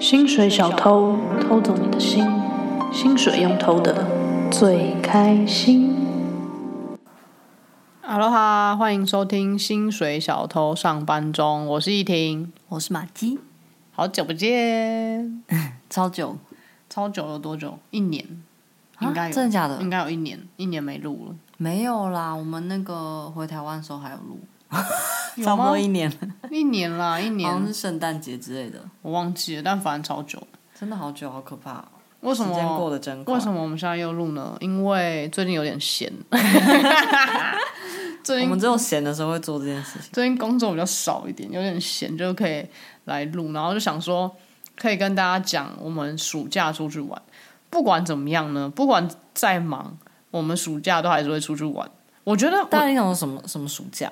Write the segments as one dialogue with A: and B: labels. A: 薪水小偷偷走你的心，薪水用偷的最开心。
B: 哈喽哈，欢迎收听《薪水小偷上班中》，我是依婷，
C: 我是马姬，
B: 好久不见，
C: 超久，
B: 超久有多久？一年，
C: 啊
B: 应该有，
C: 真的假的
B: 应该有一年，一年没录了，
C: 嗯没有啦。我们那个回台湾的时候还有录，
B: 有
C: 差不
B: 吗
C: 多一年了，
B: 一年啦，一
C: 好像
B: 年，
C: 是圣诞节之类的，
B: 我忘记了，但反正超久。
C: 真的好久，好可怕哦、
B: 为什
C: 时间过
B: 么？
C: 得真快。
B: 为什么我们现在又录呢？因为最近有点闲，最
C: 我
B: 近
C: 们只有闲的时候会做这件事情？
B: 最近工作比较少一点，有点闲，就可以来录。然后就想说，可以跟大家讲，我们暑假出去玩，不管怎么样呢，不管再忙，我们暑假都还是会出去玩。我觉得我
C: 大家想说什么什么暑假？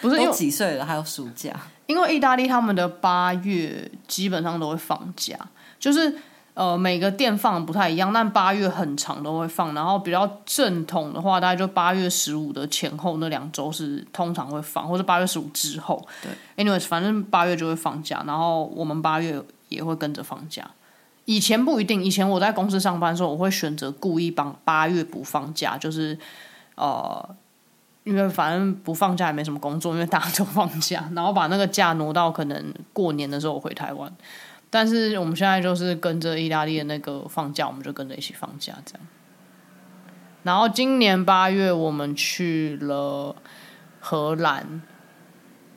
B: 不是因
C: 都
B: 为
C: 几岁了还有暑假？
B: 因为意大利他们的八月基本上都会放假，就是呃每个店放的不太一样，但八月很长都会放。然后比较正统的话，大概就八月十五的前后那两周是通常会放，或者八月十五之后。对，anyways，反正八月就会放假，然后我们八月也会跟着放假。以前不一定，以前我在公司上班的时候，我会选择故意帮八月不放假，就是呃因为反正不放假也没什么工作，因为大家都放假，然后把那个假挪到可能过年的时候我回台湾。但是我们现在就是跟着意大利的那个放假，我们就跟着一起放假这样。然后今年八月我们去了荷兰，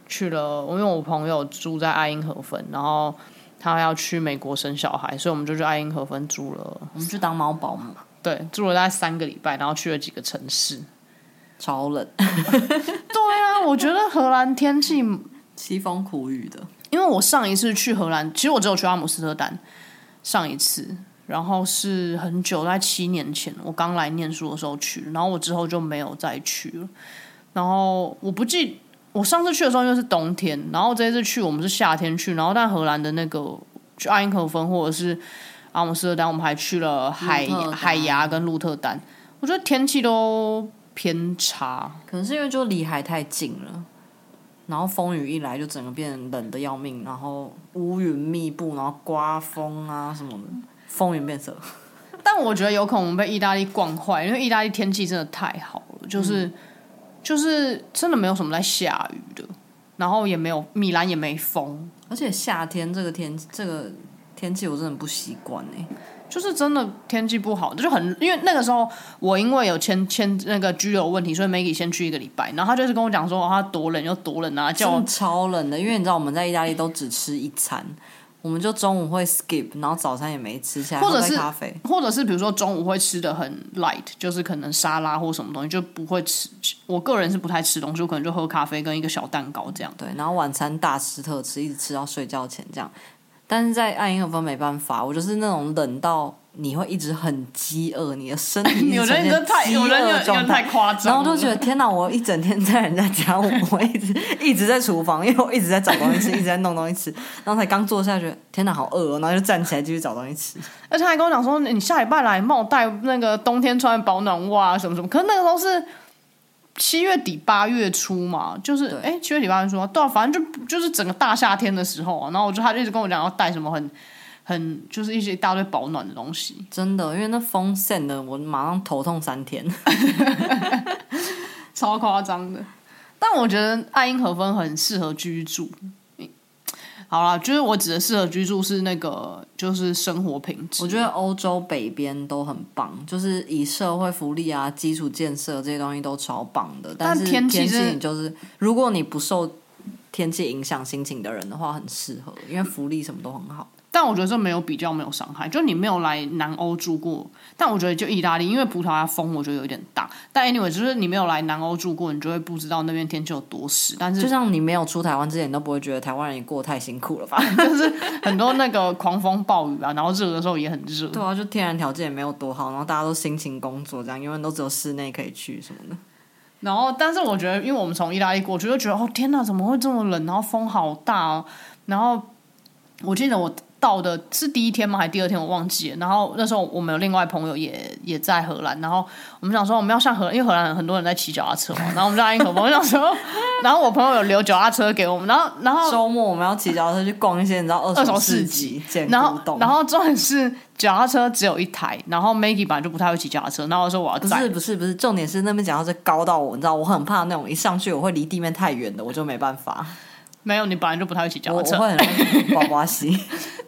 B: 去了，因为我朋友住在爱因河芬，然后他要去美国生小孩，所以我们就去爱因河芬住了，
C: 我们去当猫保姆，
B: 对，住了大概三个礼拜，然后去了几个城市。
C: 超冷，
B: 对啊，我觉得荷兰天气
C: 凄风苦雨的。
B: 因为我上一次去荷兰，其实我只有去阿姆斯特丹上一次，然后是很久，在七年前我刚来念书的时候去，然后我之后就没有再去了。然后我不记，我上次去的时候又是冬天，然后这一次去我们是夏天去，然后但荷兰的那个去阿因克芬或者是阿姆斯特丹，我们还去了海
C: 鹿特丹
B: 海牙跟鹿特丹，我觉得天气都偏差。
C: 可能是因为就离海太近了，然后风雨一来就整个变冷的要命，然后乌云密布，然后刮风啊什么的，风云变色。
B: 但我觉得有可能我们被意大利惯坏，因为意大利天气真的太好了，就是、就是真的没有什么在下雨的，然后也没有米兰也没风，
C: 而且夏天这个天这个天气我真的不习惯哎，
B: 就是真的天气不好，就很因为那个时候我因为有签签那个居留问题，所以 Maggie 先去一个礼拜，然后他就是跟我讲说、哦、他多冷又多冷啊，叫
C: 真
B: 我
C: 的超冷的。因为你知道我们在意大利都只吃一餐，我们就中午会 skip，然后早餐也没吃，下来
B: 或者
C: 喝杯
B: 是
C: 咖啡。
B: 或者是比如说中午会吃的很 light，就是可能沙拉或什么东西就不会吃，我个人是不太吃东西，我可能就喝咖啡跟一个小蛋糕这样。
C: 对，然后晚餐大吃特吃，一直吃到睡觉前这样。但是在爱因荷芬没办法，我就是那种冷到你会一直很饥饿，你的 身体
B: 有人
C: 一
B: 觉得
C: 直呈现
B: 太，
C: 饥
B: 有人觉
C: 饿的
B: 得有
C: 状
B: 人
C: 态
B: 太夸张
C: 然
B: 了，
C: 后我就觉得天哪！我一整天在人家家，我我一直一直在厨房，因为我一直在找东西吃，一直在弄东西吃。然后才刚坐下，觉得天哪，好饿、哦，然后就站起来继续找东西吃。
B: 而且还跟我讲说，哎你下礼拜来帽带那个冬天穿的保暖袜啊什么什么。可是那个时候是七月底八月初嘛，就是
C: 对
B: 哎七月底八月初嘛，对啊，反正就就是整个大夏天的时候啊。然后我就他就一直跟我讲要带什么很很就是一些一大堆保暖的东西。
C: 真的，因为那风扇的，我马上头痛三天。
B: 超夸张的。但我觉得爱因河芬很适合居住。好啦，就是我指的适合居住是那个，就是生活品质。
C: 我觉得欧洲北边都很棒，就是以社会福利啊、基础建设这些东西都超棒的。
B: 但
C: 是
B: 天
C: 天
B: 气真的
C: 你就是，如果你不受天气影响心情的人的话，很适合，因为福利什么都很好。
B: 但我觉得这没有比较，没有伤害。就你没有来南欧住过，但我觉得就意大利，因为葡萄牙风我觉得有点大。但 anyway，就是你没有来南欧住过，你就会不知道那边天气有多湿。但
C: 就是像你没有出台湾之前，你都不会觉得台湾人也过得太辛苦了吧？
B: 很多那个狂风暴雨啊，然后热的时候也很热。
C: 对啊，就天然条件也没有多好，然后大家都辛勤工作，这样永远都只有室内可以去什么的。
B: 然后，但是我觉得，因为我们从意大利过去，就觉得哦天哪，怎么会这么冷？然后风好大哦。然后我记得我到的是第一天吗？还是第二天？我忘记了。然后那时候我们有另外朋友也也在荷兰，然后我们想说我们要上荷兰，因为荷兰很多人在骑脚踏车嘛，然后我们就按一口风，我想说， 然后我朋友有留脚踏车给我们，哦然后然后
C: 周末我们要骑脚踏车去逛一些你知道二
B: 二手
C: 市
B: 市
C: 集
B: 集，
C: 捡
B: 然
C: 古
B: 后
C: 董，
B: 然后重点是脚踏车只有一台，然后 Maggie 本来就不太会骑脚踏车，然后我说我要
C: 不
B: 载
C: 是，不是不是，重点是那边脚踏车高到我，你知道我很怕那种一上去我会离地面太远的，我就没办法，
B: 没有你本来就不太会骑脚
C: 我
B: 踏
C: 我
B: 车，
C: 会很呱 呱吸。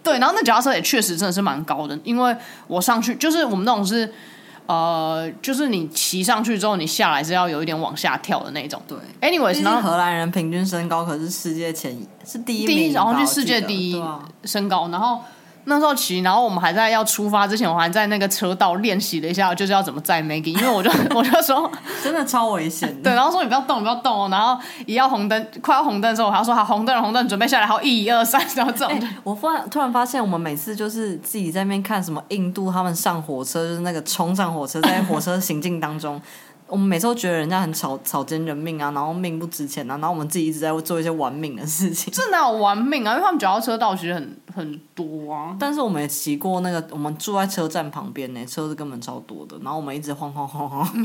B: 对，然后那脚踏车也确实真的是蛮高的，因为我上去就是我们那种是，呃，就是你骑上去之后，你下来是要有一点往下跳的那种。
C: 对
B: ，anyways，
C: 毕
B: 然
C: 竟
B: 后
C: 荷兰人平均身高可是世界前一是第一
B: 第一
C: 名吧，
B: 然后
C: 我
B: 是
C: 记
B: 世界
C: 得
B: 第一
C: 对啊
B: 身高，然后那时候骑，然后我们还在要出发之前，我还在那个车道练习了一下，就是要怎么载 Maggie，因为 我就我就说
C: 真的超危险
B: 对，
C: 的。
B: 然后说你不要动，你不要动哦，然后一要红灯，快要红灯的时候，我还要说好红灯了，红灯了准备下来，好一二三，然后这种。
C: 我突然突然发现，我们每次就是自己在那边看什么印度他们上火车，就是那个冲上火车，在 火车行进当中，我们每次都觉得人家很草草菅人命啊，然后命不值钱啊，然后我们自己一直在做一些玩命的事情。
B: 这哪有玩命啊？因为他们脚踏车道其实很很多啊。
C: 但是我们也骑过那个，我们住在车站旁边呢、车子根本超多的，然后我们一直晃晃晃 晃晃，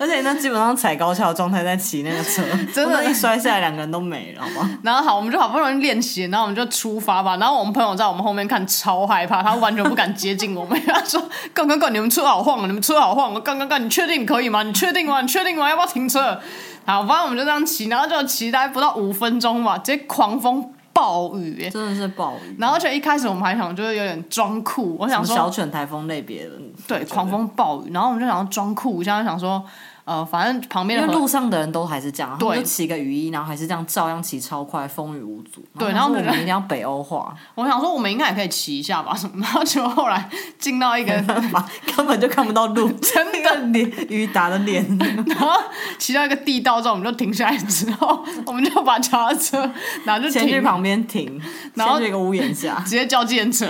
C: 而且那基本上踩高跷的状态在骑那个车，
B: 真的
C: 我那一摔下来，两个人都没了，好不好？
B: 然后好，我们就好不容易练习，然后我们就出发吧。然后我们朋友在我们后面看，超害怕，他完全不敢接近我们。他说：“干干干，你们车好晃，你们车好晃，我干干干，你确定可以吗？你确定吗？你确定吗？要不要停车？”好，反正我们就这样骑，然后就骑大概不到五分钟吧，直接狂风暴雨、欸。
C: 真的是暴雨，
B: 然后就一开始我们还想就是有点装酷，我
C: 什
B: 想
C: 么
B: 说
C: 小犬台风类别的，
B: 对狂，风暴雨，然后我们就想要装酷一下，就想说呃反正旁
C: 因
B: 边
C: 为
B: 的河
C: 路上的人都还是这样，他们
B: 对
C: 就骑个雨衣，然后还是这样照样骑超快，风雨无阻。
B: 对
C: 然后我
B: 然后
C: 们一定要北欧化，
B: 我想说我们应该也可以骑一下吧什么，然后结果后来进到一个
C: 根本就看不到 路，
B: 真
C: 的脸雨打的 脸，
B: 然后骑到一个地道之后，我们就停下来之后，我们就把脚踏车拿就
C: 先去
B: 停，
C: 旁边 停，
B: 然后
C: 先去一个屋檐 下。
B: 直接叫计程车。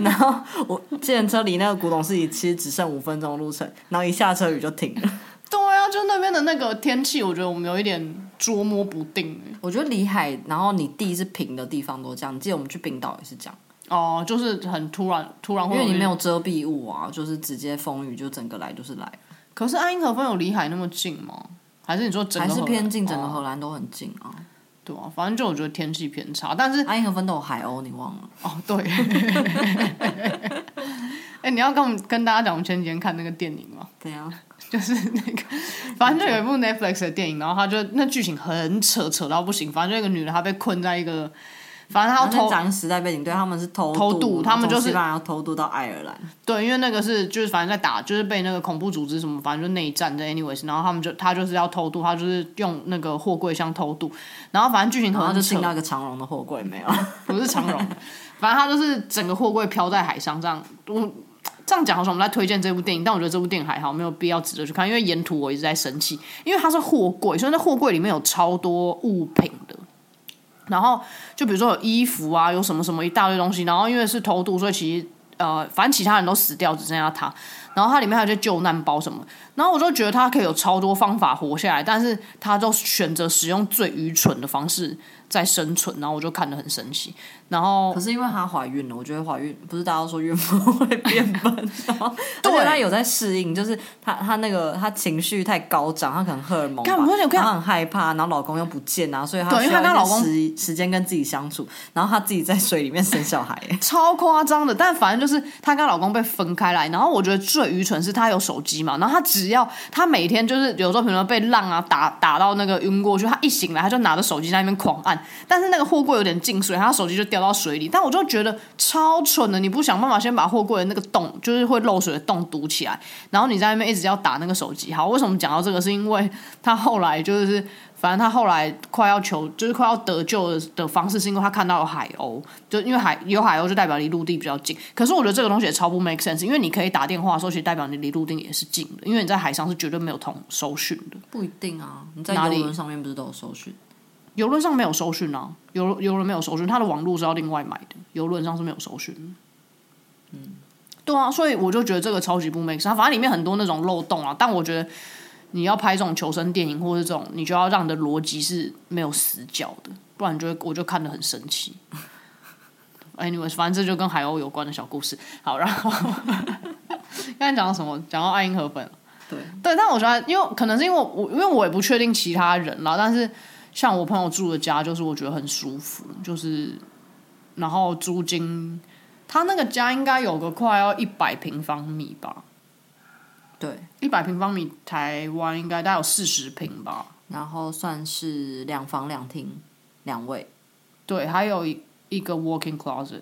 C: 然后我计程车离那个古董市集其实只剩五分钟的路程，然后一下车雨就停了。
B: 对啊，就那边的那个天气，我觉得我们有一点捉摸不定欸
C: 我觉得里海，然后你地是平的地方都这样。你记得我们去冰岛也是这样，
B: 哦、就是很突然，突然
C: 因
B: 会
C: 为你没
B: 有一
C: 有遮蔽物啊，就是直接风雨就整个来就是来，
B: 点。可是安因河峰有离海那么近吗？还是你说整
C: 还
B: 个
C: 是
B: 荷兰
C: 偏近，整个
B: 哦
C: 荷兰都很近啊。
B: 对啊，反正就我觉得天气偏差，但是
C: 阿因和奋斗有海鸥，你忘了？
B: 哦 对，哎、你要跟我们跟大家讲，我们前几天看那个电影吗？
C: 对啊，
B: 就是那个，反正就有一部 Netflix 的电影，然后他就那剧情很扯，扯到不行。反正就有一个女的，她被困在一个，反正她要
C: 然
B: 哦
C: 后
B: 偷
C: 讲一个时代背景，对他们是偷
B: 偷渡
C: 渡，
B: 他们就是
C: 然后从西班牙要偷渡到爱尔兰，
B: 对，因为那个是就是反正在打，就是被那个恐怖组织什么，反正就内战的 anyways，然后他们就她就是要偷渡，她就是用那个货柜箱偷渡，然后反正剧情
C: 然后
B: 很
C: 就
B: 扯
C: 进，到一个长绒的货柜，没有？
B: 不是长荣，反正她就是整个货柜飘在海上这样。我这样讲好像我们在推荐这部电影，但我觉得这部电影还好，没有必要值得去看，因为沿途我一直在生气，因为它是货柜，所以那货柜里面有超多物品的。然后就比如说有衣服啊，有什么什么一大堆东西，然后因为是偷渡，所以其实呃，反正其他人都死掉，只剩下他。然后它里面还有一些救难包什么，然后我就觉得他可以有超多方法活下来，但是他都选择使用最愚蠢的方式在生存，然后我就看得很生气。然后
C: 可是因为她怀孕了，我觉得怀孕不是大家都说孕妇会变笨，然后而且她有在适应，就是她她那个她情绪太高涨，她可能荷尔蒙吧，
B: 干我跟你讲
C: 她很害怕，然后老公又不见啊，所以她
B: 对因为她
C: 需要
B: 跟
C: 一些
B: 老公
C: 时时间跟自己相处，然后她自己在水里面生小孩，
B: 超夸张的，但反正就是她跟她老公被分开来，然后我觉得最愚蠢是她有手机嘛，然后她只要她每天就是有时候比如说被浪啊打打到那个晕过去，她一醒来她就拿着手机在那边狂按，但是那个货柜有点进水，她手机就掉到水里，但我就觉得超蠢的，你不想办法先把货柜的那个洞，就是会漏水的洞堵起来，然后你在那边一直要打那个手机。好，为什么讲到这个？是因为她后来就是。反正她后来快要求，就是快要得救的的方式，是因为她看到有海鸥，就因为海有海鸥就代表离陆地比较近。可是我觉得这个东西也超不 make sense，因为你可以打电话的时候，其实代表你离陆地也是近的，因为你在海上是绝对没有通收讯的。
C: 不一定啊，你在
B: 哪
C: 游
B: 里
C: 轮上面不是都有搜寻？
B: 游轮上没有收讯啊，游游轮没有收讯，它的网络是要另外买的，游轮上是没有收讯。嗯，对啊，所以我就觉得这个超级不 make sense，反正里面很多那种漏洞啊。但我觉得你要拍这种求生电影或者这种，你就要让你的逻辑是没有死角的，不然你就会我就看得很生气。 anyways，反正这就跟海鸥有关的小故事。好，然后 刚才讲到什么？讲到爱因河粉。
C: 对
B: 对，但我觉得，因为可能是因为我我，因为我也不确定其他人啦，但是像我朋友住的家，就是我觉得很舒服，就是然后租金，他那个家应该有个快要一百平方米吧，
C: 对，
B: 一百平方米台湾应该大概有四十平吧，
C: 然后算是两房两厅两卫，
B: 对，还有一一个 walking closet，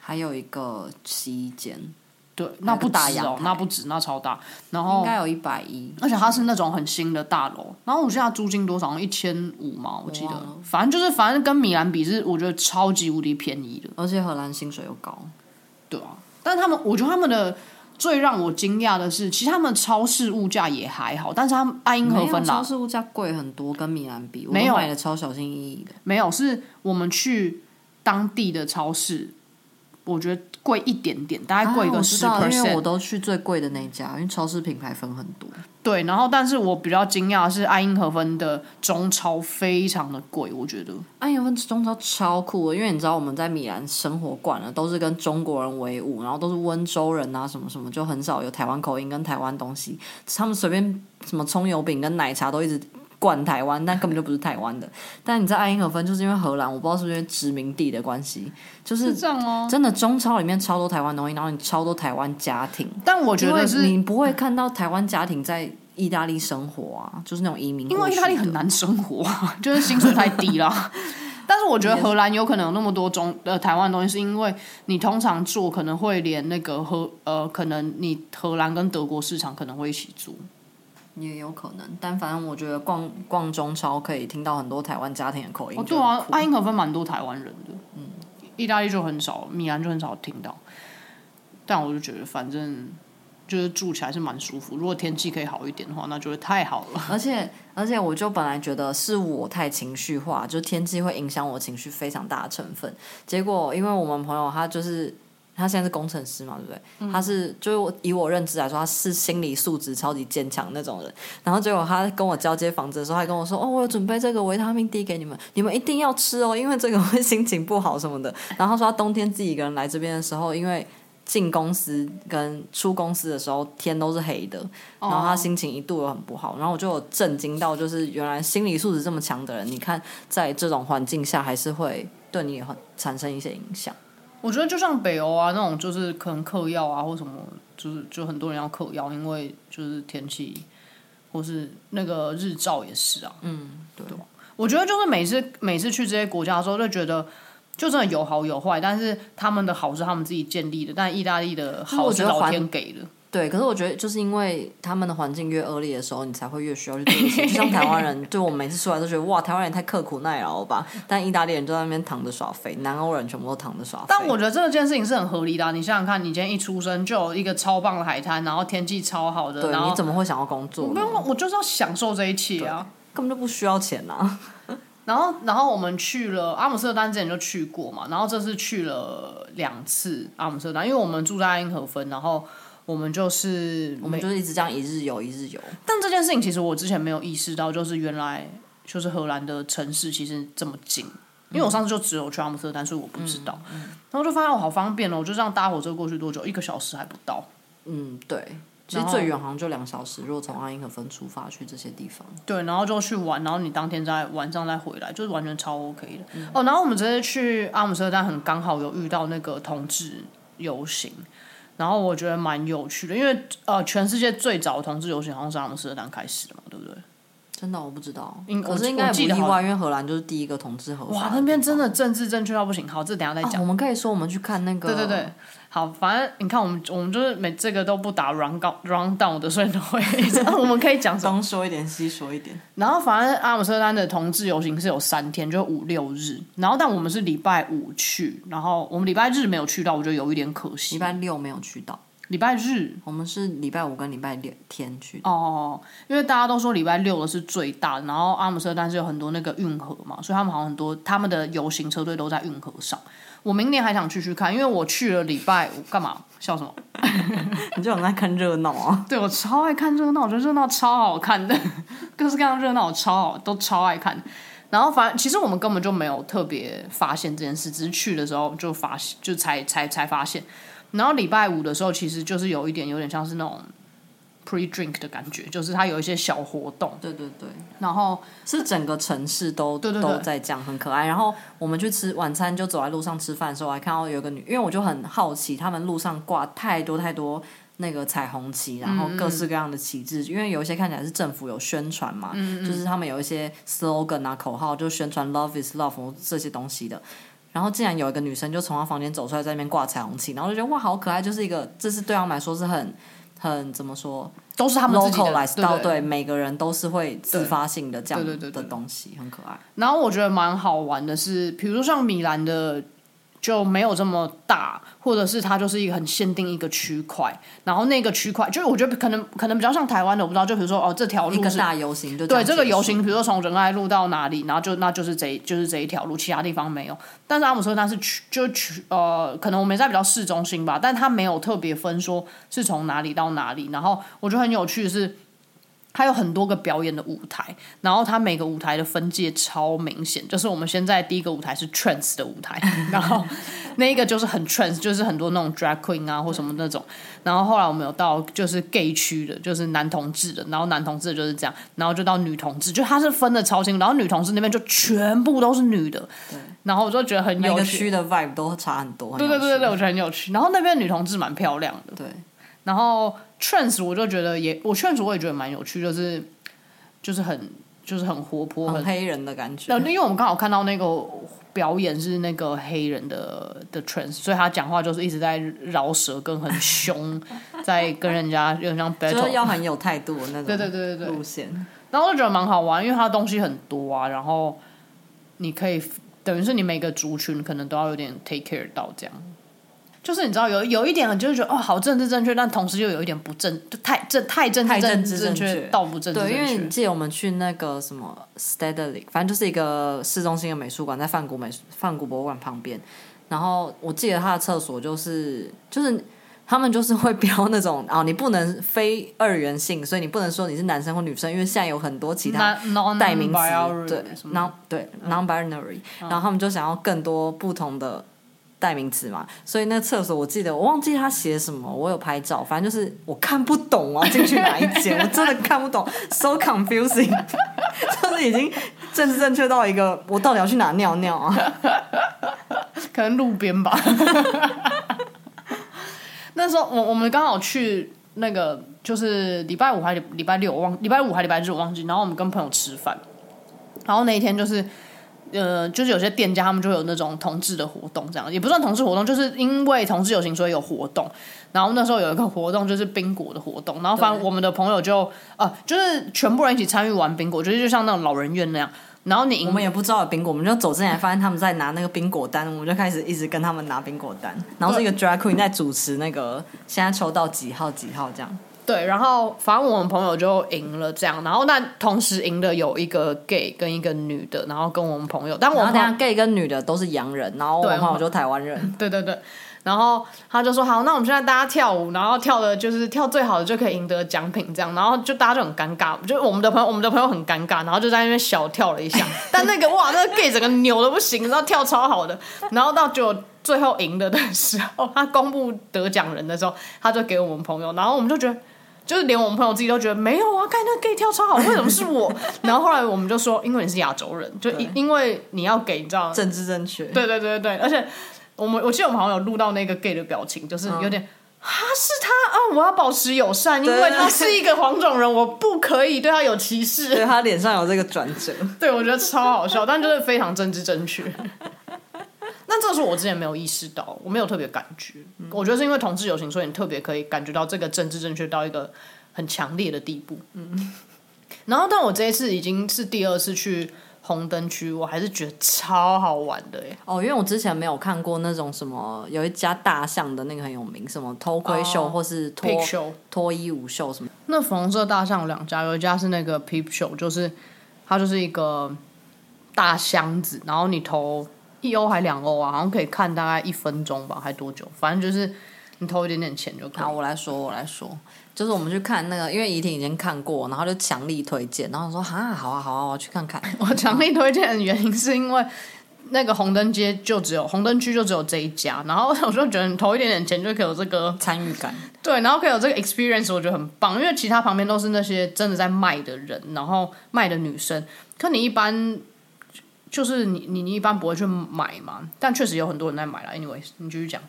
C: 还有一个洗衣间，
B: 对，那不止
C: 还有个大
B: 哦
C: 阳，台
B: 那不止，那超大，然后
C: 应该有一百一，
B: 哦而且它是那种很新的大楼，然后我记得它租金多少，一千五嘛，我记
C: 我
B: 得
C: 忘了，
B: 反正就是反正跟米兰比是，我觉得超级无敌便宜的，
C: 而且荷兰薪水又高，
B: 对啊。但是他们，我觉得他们的最让我惊讶的是，其实他们超市物价也还好，但是他们爱因
C: 没
B: 河
C: 有
B: 芬
C: 超
B: 兰
C: 市物价贵很多，跟米兰比，我
B: 没
C: 都
B: 有
C: 买的超小心翼翼的。
B: 没有，是我们去当地的超市，我觉得贵一点点，大概贵
C: 啊
B: 个
C: 我知
B: 十
C: 道，因为我
B: percent。
C: 都去最贵的那一家，因为超市品牌分很多。
B: 对，然后但是我比较惊讶的是爱因河芬的中超非常的贵，我觉得。
C: 哎呀，中超超酷的，因为你知道我们在米兰生活惯了，都是跟中国人为伍，然后都是温州人啊，什么什么，就很少有台湾口音跟台湾东西。他们随便什么葱油饼跟奶茶都一直灌台湾，但根本就不是台湾的。但你在爱因河芬，就是因为荷兰，我不知道是不是因为殖民地的关系，就是
B: 这样吗？
C: 真的中超里面超多台湾东西，然后你超多台湾家庭。
B: 但我觉
C: 因为
B: 得是
C: 你不会看到台湾家庭在意大利生活啊，就是那种移民过去
B: 因为意
C: 的。
B: 大利很难生活， 就是薪水太低 了。但是我觉得荷兰有可能有那么多中呃台湾的东西，是因为你通常做可能会连那个荷呃，可能你荷兰跟德国市场可能会一起做。
C: 也有可能，但反正我觉得逛逛中超可以听到很多台湾家庭的口音。
B: 哦，对啊，爱因河分蛮多台湾人的，嗯，意大利就很少，米兰就很少听到。但我就觉得反正就是住起来是蛮舒服，如果天气可以好一点的话，那就会太好了。
C: 而且而且，我就本来觉得是我太情绪化，就天气会影响我情绪非常大的成分。结果因为我们朋友他就是他现在是工程师嘛，对不对？他是就是我以我认知来说，他是心理素质超级坚强那种人。然后结果他跟我交接房子的时候，还跟我说：“哦，我有准备这个维他命 D 给你们，你们一定要吃哦，因为这个会心情不好什么的。”然后他说他冬天自己一个人来这边的时候，因为进公司跟出公司的时候天都是黑的，然后他心情一度有很不好，然后我就有震惊到，就是原来心理素质这么强的人，你看在这种环境下还是会对你很产生一些影响。
B: 我觉得就像北欧啊那种，就是可能嗑药啊或什么，就是就很多人要嗑药，因为就是天气或是那个日照也是啊。
C: 嗯，对，
B: 我觉得就是每次每次去这些国家的时候，就觉得就真的有好有坏，但是他们的好是他们自己建立的，但意大利的
C: 是
B: 好
C: 我
B: 是
C: 觉得
B: 老
C: 环
B: 天给的。
C: 对。可是我觉得就是因为他们的环境越恶劣的时候，你才会越需要去做这 些。就像台湾人，就我每次出来都觉得哇，台湾人也太刻苦耐劳了吧？但意大利人就在那边躺着耍废，南欧人全部都躺着耍废。
B: 但我觉得这件事情是很合理的、啊。你想想看，你今天一出生就有一个超棒的海滩，然后天气超好的，
C: 对
B: 然后
C: 你怎么会想要工作
B: 不
C: 呢？
B: 用，我就是要享受这一切啊。
C: 根本就不需要钱啊！
B: 然后，然后我们去了阿姆斯特丹，之前就去过嘛，然后这次去了两次阿姆斯特丹，因为我们住在爱因河芬，然后我们就是
C: 我们
B: 没
C: 就是一直这样一日游一日游。
B: 但这件事情其实我之前没有意识到，就是原来就是荷兰的城市其实这么近，因为我上次就只有去阿姆斯特丹，所以我不知道，
C: 嗯
B: 然后就发现我好方便哦，我就这样搭火车过去多久，一个小时还不到，
C: 嗯，对。其实
B: 然后
C: 最远好像就两小时，如果从阿因河芬出发去这些地方，
B: 对，然后就去玩，然后你当天再晚上再回来，就是完全超 OK 的。哦，然后我们直接去阿姆斯特丹，很刚好有遇到那个同志游行，然后我觉得蛮有趣的，因为呃，全世界最早的同志游行好像是阿姆斯特丹开始的嘛，对不对？
C: 真的我不知道
B: 应，
C: 可
B: 我
C: 是
B: 记
C: 应该也
B: 我
C: 不
B: 记得
C: 意
B: 好像
C: 外，因为荷兰就是第一个同志合法。
B: 哇，那边真的政治正确到不行。好，这等一下再
C: 啊，
B: 讲。
C: 我们可以说我们去看那个，
B: 对对对，，好，反正你看我们我们就是每这个都不打 round down- round down 的，所以都会 我们可以讲什么？
C: 东说一点西说一点，
B: 然后反正阿姆斯特丹的同志游行是有三天，就五六日。然后但我们是礼拜五去，然后我们礼拜日没有去到，我觉得有一点可惜。
C: 礼拜六没有去到，
B: 礼拜日
C: 我们是礼拜五跟礼拜六天去的，
B: 哦，因为大家都说礼拜六的是最大的，然后阿姆斯特丹是有很多那个运河嘛，所以他们好像很多他们的游行车队都在运河上。我明年还想去去看，因为我去了礼拜五干嘛？笑什么？
C: 你就很爱看热闹啊。
B: 对我超爱看热闹，我觉得热闹超好看的，各式各样的热闹我超好，都超爱看。然后反其实我们根本就没有特别发现这件事，只是去的时候就发现，就才才才发现。然后礼拜五的时候，其实就是有一点有点像是那种 pre drink 的感觉，就是它有一些小活动，
C: 对对对，
B: 然后
C: 是整个城市都
B: 对对对
C: 都在这样，很可爱。然后我们去吃晚餐，就走在路上吃饭的时候，还看到有一个女，因为我就很好奇，他们路上挂太多太多那个彩虹旗，
B: 嗯
C: 然后各式各样的旗帜，因为有一些看起来是政府有宣传嘛，
B: 嗯
C: 就是他们有一些 slogan 啊口号，就宣传 love is love 这些东西的。然后竟然有一个女生就从她房间走出来，在那边挂彩虹旗，然后就觉得哇，好可爱，就是一个，这是对他们来说是很很怎么说，
B: 都是他们自己的
C: localize
B: 对
C: 到
B: 对
C: 对每个人都是会自发性的这
B: 对对对
C: 样
B: 对
C: 的
B: 对
C: 东西，很可爱。
B: 然后我觉得蛮好玩的是，比如说像米兰的就没有这么大，或者是它就是一个很限定一个区块，然后那个区块就是我觉得可能可能比较像台湾的，我不知道，就比如说哦这条
C: 一
B: 路
C: 个
B: 是。
C: 大游行就
B: 对
C: 样结
B: 这
C: 束
B: 个游行，比如说从仁爱路到哪里，然后就那就是这一就是这一条路，其他地方没有。但是阿姆斯特丹是区就区呃，可能我们在比较市中心吧，但它没有特别分说是从哪里到哪里。然后我觉得很有趣的是，它有很多个表演的舞台，然后它每个舞台的分界超明显。就是我们现在第一个舞台是 trance 的舞台， 然后那一个就是很 trance，就是很多那种 drag queen 啊或什么那种。然后后来我们有到就是 gay 区的，就是男同志的，然后男同志的就是这样，然后就到女同志，就它是分的超清楚，然后女同志那边就全部都是女的，然后我就觉得很
C: 每
B: 有
C: 个
B: 趣
C: 区。的 vibe 都差很多。
B: 对对对对对，
C: 对
B: 我觉得很有趣。然后那边女同志蛮漂亮的，
C: 对，
B: 然后 trans 我就觉得也，我 trans 我也觉得蛮有趣，就是就是很就是很活泼，
C: 很
B: 很
C: 黑人的感觉
B: 那。因为我们刚好看到那个表演是那个黑人的的 trans，所以他讲话就是一直在饶舌跟很凶，在跟人家有点 像
C: 就是要
B: battle。
C: 很有态度的那种，
B: 对对对对对
C: 路线
B: 然后我就觉得蛮好玩，因为他的东西很多啊，然后你可以等于是你每个族群可能都要有点 take care 到这样。就是你知道有有一点，就是觉得哦，好政治正确，但同时又有一点不正，就太正太政治
C: 太政治
B: 正
C: 正
B: 确
C: 确
B: 到不政治正
C: 对，
B: 确。
C: 因为你记得我们去那个什么 Stedley，反正就是一个市中心的美术馆，在梵谷美术梵谷博物馆旁边。然后我记得他的厕所就是就是他们就是会标那种啊、你不能非二元性，所以你不能说你是男生或女生，因为现在有很多其他
B: Non-
C: 代名词
B: non-binary
C: 对
B: 什么的
C: non 对 non-binary，、然后他们就想要更多不同的代名词嘛，所以那厕所我记得我忘记他写什么，我有拍照，反正就是我看不懂啊，进去哪一间我真的看不懂，so confusing，就是已经政治正确到一个我到底要去哪尿尿啊？
B: 可能路边吧。那时候我我们刚好去那个就是礼拜五还是礼拜六，我忘礼拜五还礼拜日我忘记。然后我们跟朋友吃饭，然后那一天就是。呃，就是有些店家他们就有那种同志的活动，这样也不算同志活动，就是因为同志游行所以有活动。然后那时候有一个活动就是冰果的活动，然后反正
C: 对
B: 我们的朋友就呃，就是全部人一起参与玩冰果，就是就像那种老人院那样。然后你赢
C: 我们也不知道有冰果，我们就走进来发现他们在拿那个冰果单，我们就开始一直跟他们拿冰果单，然后是一个 drag queen 在主持那个现在抽到几号几号这样。
B: 对，然后反正我们朋友就赢了这样，然后但同时赢的有一个 gay 跟一个女的，然后跟我们朋友，但我
C: 然后
B: 们
C: 等一下
B: 朋友
C: gay 跟女的都是洋人，然后我
B: 对
C: 朋友就台 湾人，
B: 对对对，然后他就说好，那我们现在大家跳舞，然后跳的就是跳最好的就可以赢得奖品这样，然后就大家就很尴尬，就我们的朋友我们的朋友很尴尬，然后就在那边小跳了一下，但那个哇，那个 gay 整个扭的不行，然后跳超好的，然后到就最后赢的的时候，他公布得奖人的时候，他就给我们朋友，然后我们就觉得。就是连我们朋友自己都觉得没有啊，看那个 gay 跳超好，为什么是我？ 然后后来我们就说，因为你是亚洲人，就因因为你要给你知道
C: 政治正确。
B: 对对对对，对而且我们我记得我们好像有录到那个 gay 的表情，就是有点。啊，是他啊！我要保持友善，因
C: 对
B: 为他是一个黄种人，我不可以对他有歧视。
C: 对他脸上有这个转折，
B: 对，我觉得超好笑，但就是非常政治正确。 那这是我之前没有意识到，我没有特别感觉。我觉得是因为同志游行，所以你特别可以感觉到这个政治正确到一个很强烈的地步。嗯。 然后，但我这一次已经是第二次去红灯区，我还是觉得超好玩的欸耶。
C: 哦，因为我之前没有看过那种什么有一家大象的那个很有名，什么偷窥秀
B: 哦
C: 或是脱
B: Pig show
C: 脱衣舞秀什么，
B: 那粉红色大象有两家，有一家是那个 Peep Show，就是它就是一个大箱子，然后你投一欧还两欧啊，好像可以看大概一分钟吧，还多久？反正就是你投一点点钱就可以。
C: 好，我来说，我来说，就是我们去看那个，因为怡婷已经看过，然后就强力推荐，然后我说哈，好啊，好啊，我去 看看。
B: 我强力推荐的原因是因为那个红灯街就只有红灯区就只有这一家，然后我就觉得你投一点点钱就可以有这个
C: 参与感，
B: 对，然后可以有这个 experience，我觉得很棒，因为其他旁边都是那些真的在卖的人，然后卖的女生，可你一般就是你你你一般不会去买嘛，但确实有很多人在买了。Anyways，你继续讲。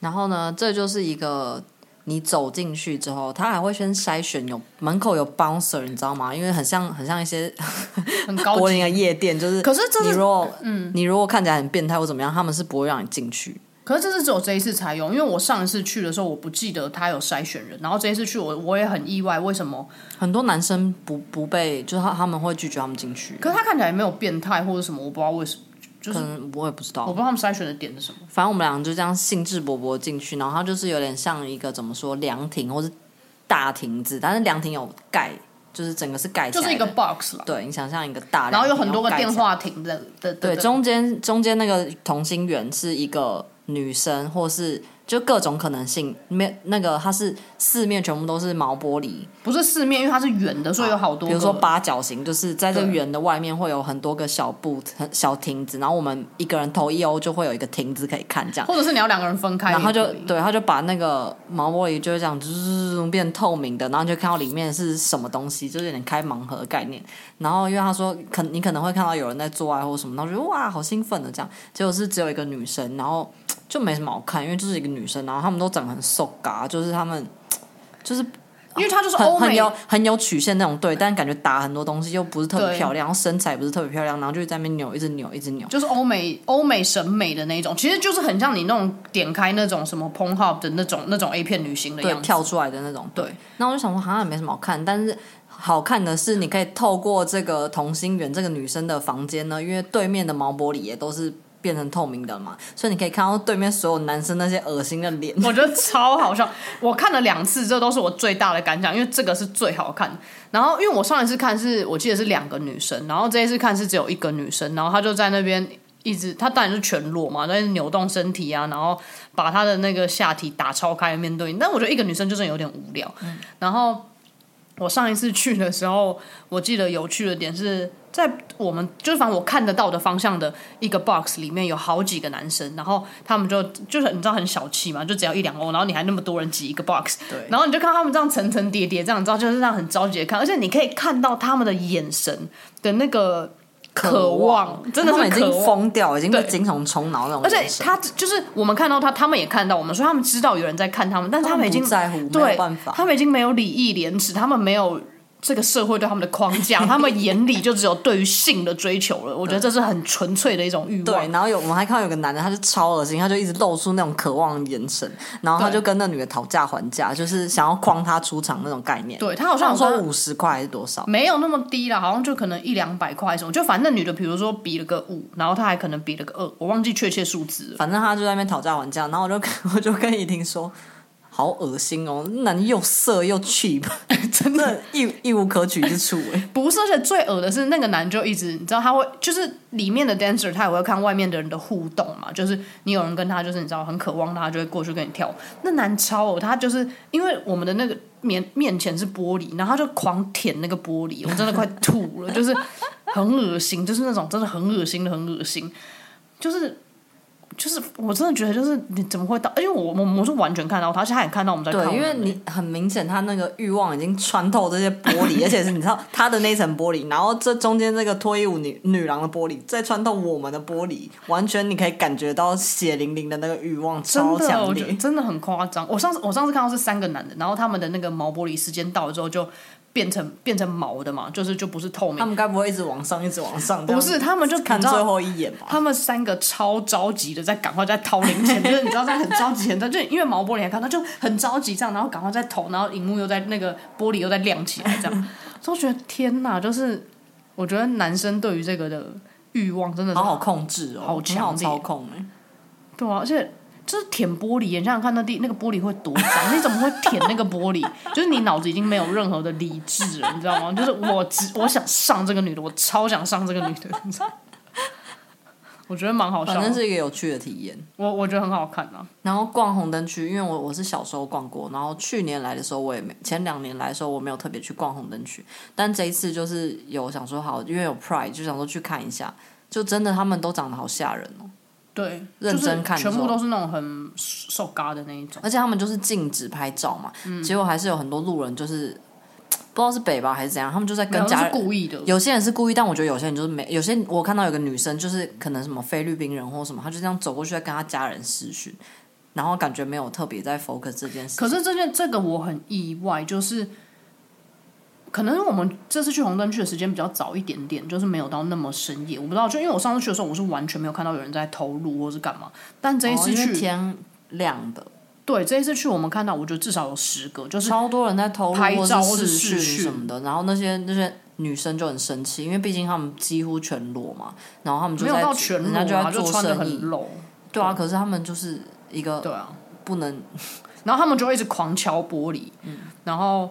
C: 然后呢，这就是一个你走进去之后，他还会先筛选有门口有 bouncer，你知道吗？因为很像很像一些
B: 很高
C: 柏
B: 级
C: 林的夜店，就是
B: 哦可是这
C: 你
B: 是
C: 如果嗯你如果看起来很变态或怎么样，他们是不会让你进去。
B: 可是这是只有这一次才有，因为我上一次去的时候，我不记得他有筛选人，然后这一次去我我也很意外，为什么？
C: 很多男生不不被，就是他他们会拒绝他们进去，
B: 可是他看起来也没有变态或者什么，我不知道为什么，就是
C: 可能我也不知
B: 我
C: 道。
B: 不知道他们筛选的点是什么。
C: 反正我们俩就这样兴致勃勃进去，然后它就是有点像一个怎么说凉亭或是大亭子，但是凉亭有盖，就是整个是盖起
B: 就
C: 来
B: 是
C: 的。
B: 一个 box 啦，
C: 对你想象一个大凉亭，
B: 然后有很多个
C: 盖起来
B: 电。话亭的的的的
C: 对，中间中间那个同心圆是一个女生，或是就各种可能性，没那个它是四面全部都是毛玻璃，
B: 不是四面，因为它是圆的，所以有好多个。
C: 比如说八角形，就是在这个
B: 对
C: 圆的外面会有很多个小布很小亭子，然后我们一个人投一欧就会有一个亭子可以看这样。
B: 或者是你要两个人分开，
C: 然后就
B: 也可以
C: 对，他就把那个毛玻璃就是这样滋变透明的，然后你就看到里面是什么东西，就是有点开盲盒的概念。然后因为他说，可你可能会看到有人在做爱或什么，然后就觉得哇好兴奋的这样。结果是只有一个女生，然后就没什么好看，因为就是一个女生，然后她们都长得很瘦嘎，就是她们就是
B: 因为它就是
C: 很
B: 欧
C: 很
B: 美，
C: 有很有曲线那种对，但感觉打很多东西又不是特别
B: 对
C: 漂亮，然后身材也不是特别漂亮，然后就在那边扭，一直扭，一直扭。
B: 就是欧美欧美审美的那种，其实就是很像你那种点开那种什么 p o n h u b 的那种那种 A 片女星的
C: 对
B: 样子。
C: 跳出来的那种。
B: 对，
C: 那我就想说，好像也没什么好看，但是好看的是你可以透过这个同心圆这个女生的房间呢，因为对面的毛玻璃也都是变成透明的嘛，所以你可以看到对面所有男生那些恶心的脸。
B: 我觉得超好笑，我看了两次，这都是我最大的感想，因为这个是最好看的。然后，因为我上一次看是我记得是两个女生，然后这一次看是只有一个女生，然后她就在那边一直，她当然是全裸嘛，在扭动身体啊，然后把她的那个下体打超开面对你。但我觉得一个女生就是有点无聊。然后我上一次去的时候，我记得有趣的点是在我们就是反正我看得到的方向的一个 box 里面有好几个男生，然后他们就就是你知道很小气嘛，就只要一两欧，然后你还那么多人挤一个 box，
C: 对
B: 然后你就看他们这样层层叠叠，这样你知道就是让很着急的看，而且你可以看到他们的眼神的那个渴望，真的
C: 他们
B: 是
C: 已
B: 渴
C: 经
B: 望。
C: 疯掉，已经被
B: 对
C: 精虫充脑那种
B: 而
C: 眼神。
B: 且他就是我们看到他，他们也看到我们，所以他们知道有人在看他们，但是
C: 他
B: 们已经
C: 不在乎，没
B: 对
C: 有办，法。
B: 他们已经没有礼义廉耻，他们没有这个社会对他们的框架，他们眼里就只有对于性的追求了。我觉得这是很纯粹的一种欲
C: 对，
B: 望。
C: 然后有我们还看到有个男的，他就超恶心，他就一直露出那种渴望的眼神，然后他
B: 对
C: 就跟那女的讨价还价，就是想要诓他出场那种概念。
B: 对他好
C: 好像
B: 像
C: 我
B: 有
C: 说
B: 说
C: 五十块还是多少？
B: 没有那么低了，好像就可能一两百块什么，就反正那女的比如说比了个五，然后她还可能比了个二，我忘记确切数字了。
C: 反正他就在那边讨价还价，然后我就跟我就跟怡婷说，好恶心哦，那男的又色又 cheap，真 的，一一无可取之处哎。
B: 不是，而且最恶的是那个男就一直，你知道他会就是里面的 dancer 他也会看外面的人的互动嘛，就是你有人跟他就是你知道很渴望他，就会过去跟你跳舞。那男超恶，他就是因为我们的那个面面前是玻璃，然后他就狂舔那个玻璃，我真的快吐了， 就是很恶心，就是那种真的很恶心的，很恶心，就是。就是我真的觉得，就是你怎么会到？因为我我我是完全看到他，而且他也看到我们在看我
C: 对，
B: 们。
C: 因为你很明显，他那个欲望已经穿透这些玻 璃，而且是你知道他的那层玻璃，然后这中间这个脱衣舞女女郎的玻璃，再穿透我们的玻璃，完全你可以感觉到血淋淋的那个欲望超
B: 真的，
C: 强
B: 我觉得
C: 烈。
B: 真的很夸张。我上次我上次看到是三个男的，然后他们的那个毛玻璃时间到了之后就变成变成毛的嘛，就是就不是透
C: 他
B: 明。
C: 们该不会一直往上，一直往上？
B: 不是，他们就
C: 看
B: 你知道
C: 最后一眼吧？
B: 他们三个超着急的在赶快在掏零钱，就是你知道在很着急，很着急，就因为毛玻璃还看到就很着急这样，然后赶快在投，然后荧幕又在那个玻璃又在亮起来这 样，所以我觉得天哪，就是我觉得男生对于这个的欲望真的是
C: 好好控制哦，
B: 好
C: 很好
B: 强烈
C: 操控哎、
B: 对啊，而且就是舔玻璃，你想想看那地那个玻璃会多脏，你怎么会舔那个玻璃？就是你脑子已经没有任何的理智了，你知道吗？就是我只我想上这个女的，我超想上这个女的，你知道吗我觉得蛮好笑
C: 反正
B: 的。
C: 是一个有趣的体验。
B: 我我觉得很好看啊。
C: 然后逛红灯区，因为我我是小时候逛过，然后去年来的时候我也没，前两年来的时候我没有特别去逛红灯区，但这一次就是有想说好，因为有 Pride 就想说去看一下，就真的他们都长得好吓人哦，
B: 对，
C: 认真看的
B: 就
C: 时
B: 是全
C: 候
B: 部都是那种很瘦嘎的那一种。
C: 而且他们就是禁止拍照嘛，
B: 嗯
C: 结果还是有很多路人就是不知道是北吧还是怎样，他们就在
B: 没有
C: 跟
B: 那
C: 家
B: 是
C: 人。
B: 故意的，
C: 有些人是故意，但我觉得有些人就是没。有些我看到有个女生，就是可能什么菲律宾人或什么，她就这样走过去在跟她家人视讯，然后感觉没有特别在 focus 这件事。
B: 可是这件这个我很意外，就是可能我们这次去红灯区的时间比较早一点点，就是没有到那么深夜。我不知道，就因为我上次去的时候，我是完全没有看到有人在偷录或是干嘛。但这一
C: 哦
B: 次
C: 因为
B: 去，
C: 天亮的，
B: 对这一次去，我们看到，我觉得至少有十个，就是
C: 超多人在投入
B: 拍照
C: 或
B: 或
C: 是
B: 是
C: 视
B: 视
C: 讯
B: 讯
C: 什么的，然后那些那些女生就很生气，因为毕竟他们几乎全裸嘛，然后他们就
B: 没有
C: 在
B: 到全
C: 人
B: 裸
C: 家就
B: 啊，
C: 在
B: 就
C: 做
B: 穿的
C: 生
B: 很
C: 意，
B: 露，
C: 对啊，可是他们就是一个
B: 对啊。
C: 不能
B: 然后他们就会一直狂敲玻璃，然后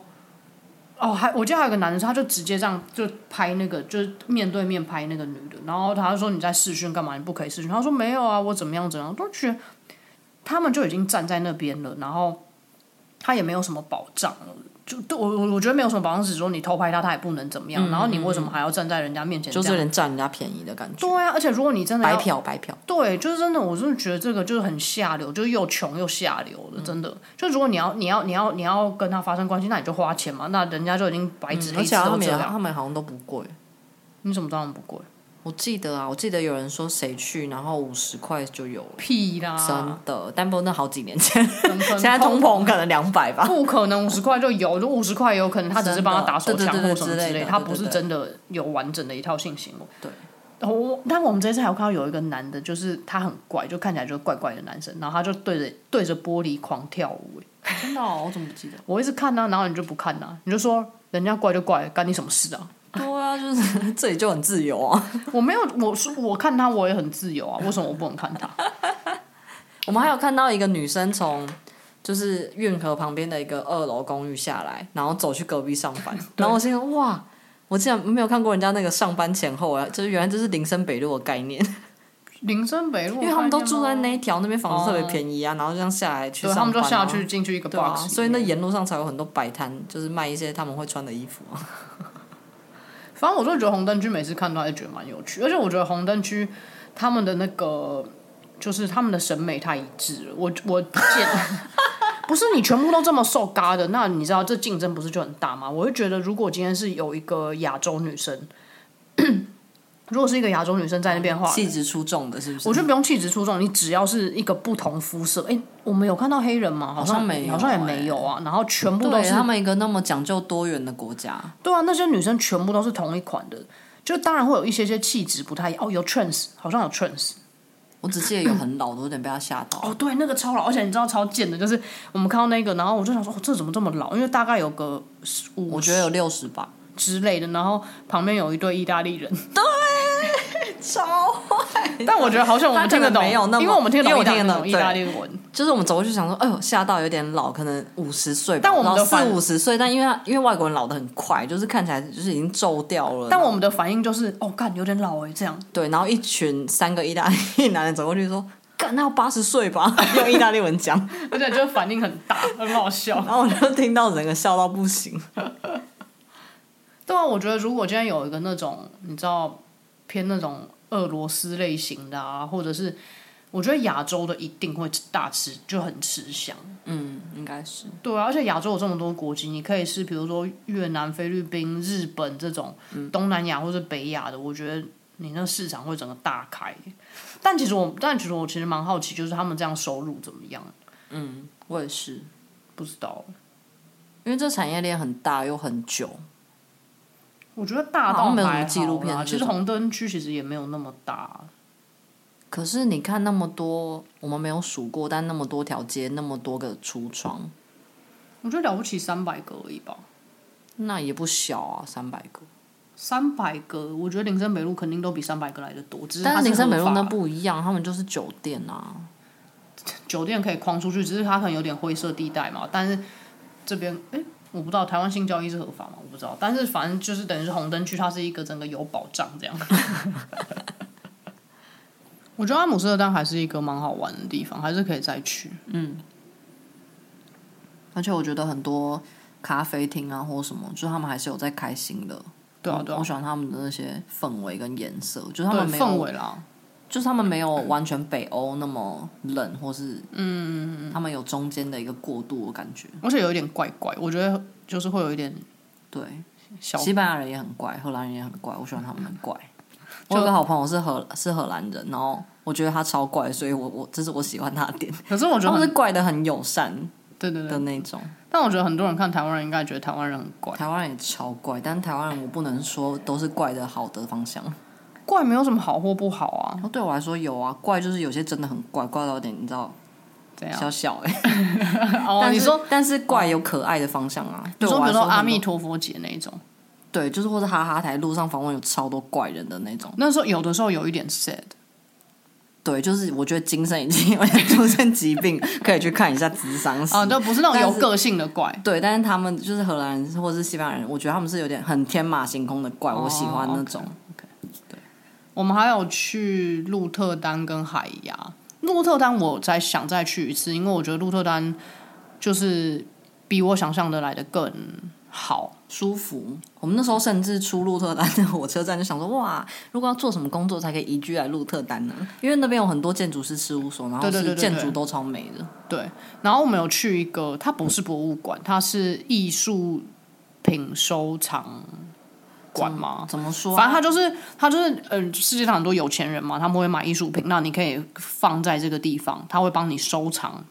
B: 哦，还我记得还有个男的，他就直接这样就拍那个，就是面对面拍那个女的，然后他就说你在试训干嘛？你不可以试训。他说没有啊，我怎么样怎么样，我都觉得他们就已经站在那边了，然后他也没有什么保障了。就对我我我觉得没有什么保障，只是说你偷拍他，他也不能怎么样。然后你为什么还要站在人家面前这
C: 就
B: 样？
C: 是有点占人家便宜的感觉，
B: 对啊，而且如果你真的
C: 白
B: 要
C: 嫖白嫖。
B: 对，就是真的，我真的觉得这个就是很下流，就是又穷又下流
C: 嗯
B: 的，真的。就如果你要你要你要你要跟他发生关系，那你就花钱嘛，那人家就已经白纸
C: 嗯而
B: 黑字
C: 且他
B: 嗯都
C: 们
B: 这
C: 也
B: 样，
C: 他们好像都不贵，
B: 你怎么知道他们不贵？
C: 我记得啊，我记得有人说谁去，然后五十块就有了，
B: 屁啦，
C: 真的，但不过那好几年前，
B: 真的
C: 现在通膨可能两百吧。
B: 不可能五十块就有，就五十块也有可能他只是帮他打手枪
C: 真的
B: 或什么
C: 对对对对
B: 之
C: 之类
B: 类，
C: 的
B: 他
C: 对
B: 不是
C: 对对
B: 真的有完整的一套性行为。
C: 对
B: 然后我，但我们这次还有看到有一个男的，就是他很怪，就看起来就是怪怪的男生，然后他就对着对着玻璃狂跳舞、欸
C: 真的、哦，我怎么不记得？
B: 我一直看他、然后你就不看他、你就说人家怪就怪，干你什么事啊？
C: 对啊，就是这里就很自由啊。
B: 我没有，我说我看他我也很自由啊，为什么我不能看他？
C: 我们还有看到一个女生从就是运河旁边的一个二楼公寓下来，然后走去隔壁上 班，然后我心想哇，我竟然没有看过人家那个上班前后啊，就是原来这是林森北路的概念，
B: 林森北路，
C: 因为他们都住在那一条，那边房子特别便宜啊，然后这样下来去
B: 对，
C: 上班、啊
B: 他们就下。去进去一个
C: 对啊，
B: box，里面、
C: 所以那沿路上才有很多摆摊，就是卖一些他们会穿的衣服啊。
B: 反正我就觉得红灯区每次看到还是觉得蛮有趣，而且我觉得红灯区他们的那个就是他们的审美太一致了，我我见。 不是你全部都这么瘦嘎的，那你知道这竞争不是就很大吗？我就觉得，如果今天是有一个亚洲女生， 如果是一个亚洲女生在那边的话，
C: 气质出众的，是不是？
B: 我觉得不用气质出众，你只要是一个不同肤色。哎、我们有看到黑人吗？好
C: 好像没有
B: 好像也没有啊。然后全部都
C: 对
B: 是
C: 他们一个那么讲究多元的国家，
B: 对啊，那些女生全部都是同一款的。就当然会有一些些气质不太一样哦，有 trans，好像有 trans
C: 我只记得有很老的，我有点被他吓到。
B: 哦，对，那个超老，而且你知道超贱的，就是我们看到那个，然后我就想说，哦，这怎么这么老？因为大概有个五
C: 我觉得有六十吧，
B: 之类的，然后旁边有一对意大利人，
C: 超坏。
B: 但我觉得好像我们
C: 他可
B: 听得
C: 能
B: 懂，
C: 没有那么
B: 因为我们听得
C: 因为
B: 懂
C: 我
B: 意大
C: 听得懂
B: 意大利文，
C: 就是我们走过去想说，哎呦，吓到有点老，可能五十岁吧，
B: 但我们的
C: 四
B: 反
C: 五十岁，但因为他因为外国人老的很快，就是看起来就是已经皱掉了。
B: 但我们的反应就是，哦，干，有点老哎，这 样，
C: 对，然后一群三个意大利男人走过去说。干，那要八十岁吧，用意大利文 讲，
B: 而且就是反应很大，很好笑。
C: 然后我就听到整个笑到不行。
B: 对啊，我觉得如果今天有一个那种你知道偏那种俄罗斯类型的啊，或者是我觉得亚洲的一定会大吃，就很吃香。
C: 嗯，应该是
B: 对啊，而且亚洲有这么多国籍，你可以是比如说越南、菲律宾、日本这种
C: 嗯
B: 东南亚或者北亚的，我觉得你那市场会整个大开。但其实我，但其实我其实蛮好奇，就是他们这样收入怎么样？
C: 我也是，
B: 不知道，
C: 因为这产业链很大又很久，
B: 我觉得大
C: 好
B: 到
C: 像没有什么
B: 还好
C: 纪录片
B: 啦
C: 这
B: 其实
C: 种
B: 红灯区其实也没有那么大。
C: 可是你看那么多，我们没有数过，但那么多条街，那么多个橱窗，
B: 我觉得了不起三百个而已吧，
C: 那也不小啊，三百个。
B: 三百个，我觉得林森北路肯定都比三百个来的多，只是
C: 但
B: 它
C: 是林森北
B: 合
C: 路
B: 法
C: 那不一样，他们就是酒店啊。
B: 酒店可以框出去，只是它可能有点灰色地带嘛。但是这边哎、诶我不知道台湾性交易是合法吗？我不知道，但是反正 就是等于是红灯区，它是一个整个有保障这样。我觉得阿姆斯特丹还是一个蛮好玩的地方，还是可以再去。
C: 而且我觉得很多咖啡厅啊或什么，就是他们还是有在开新的。
B: 对啊，
C: 我
B: 对啊
C: 我，喜欢他们的那些氛围跟颜色，就是他
B: 对
C: 们没
B: 氛
C: 有，
B: 围啦，
C: 就是他们没有完全北欧那么冷，或是嗯，他们有中间的一个过渡的感觉。
B: 而且有一点怪怪，我觉得就是会有一点
C: 对，
B: 小
C: 西班牙人也很怪，荷兰人也很怪，我喜欢他们很 怪。我有个好朋友是荷是荷兰人，然后我觉得他超怪，所以我我这是我喜欢他的点，
B: 可是我觉得
C: 他们
B: 很
C: 是怪的很友善
B: 对对
C: 的
B: 对，
C: 那种。
B: 但我觉得很多人看台湾人应该觉得台湾人很怪，
C: 台湾人也超怪，但台湾人我不能说都是怪的好的方向。
B: 怪没有什么好或不好啊
C: 然，后对我来说有啊，怪就是有些真的很怪，怪到有点你知道
B: 怎样？
C: 小小哎、欸。
B: 啊哦，
C: 但
B: 你
C: 是
B: 说，哦
C: 但是怪有可爱的方向啊。
B: 你
C: 对我
B: 说比
C: 来
B: 如说
C: 说很多
B: 阿弥陀佛节那一种，
C: 对，就是或者哈哈台路上访问有超多怪人的那种。
B: 那时候有的时候有一点 sad，
C: 对，就是我觉得精神已经有点出现疾病，可以去看一下智商师。
B: 啊，都不是那种
C: 但
B: 有
C: 是
B: 个性的怪，
C: 对，但是他们就是荷兰人或者是西班牙人，我觉得他们是有点很天马行空的怪，我喜欢那种。
B: 我们还有去鹿特丹跟海牙。鹿特丹我再想再去一次，因为我觉得鹿特丹就是比我想象的来的更好。
C: 舒服。我们那时候甚至出鹿特丹的火车站就想说，哇，如果要做什么工作才可以移居来鹿特丹呢？因为那边有很多建筑师事务所，然后
B: 对对对
C: 是
B: 对
C: 建
B: 对
C: 筑都超美的。
B: 对，然后我们有去一个，它不是博物馆，它是艺术品收藏馆吗？
C: 怎么说、
B: 反正
C: 啊？
B: 它就是它就是嗯、世界上很多有钱人嘛，他们会买艺术品，那你可以放在这个地方，他会帮你收藏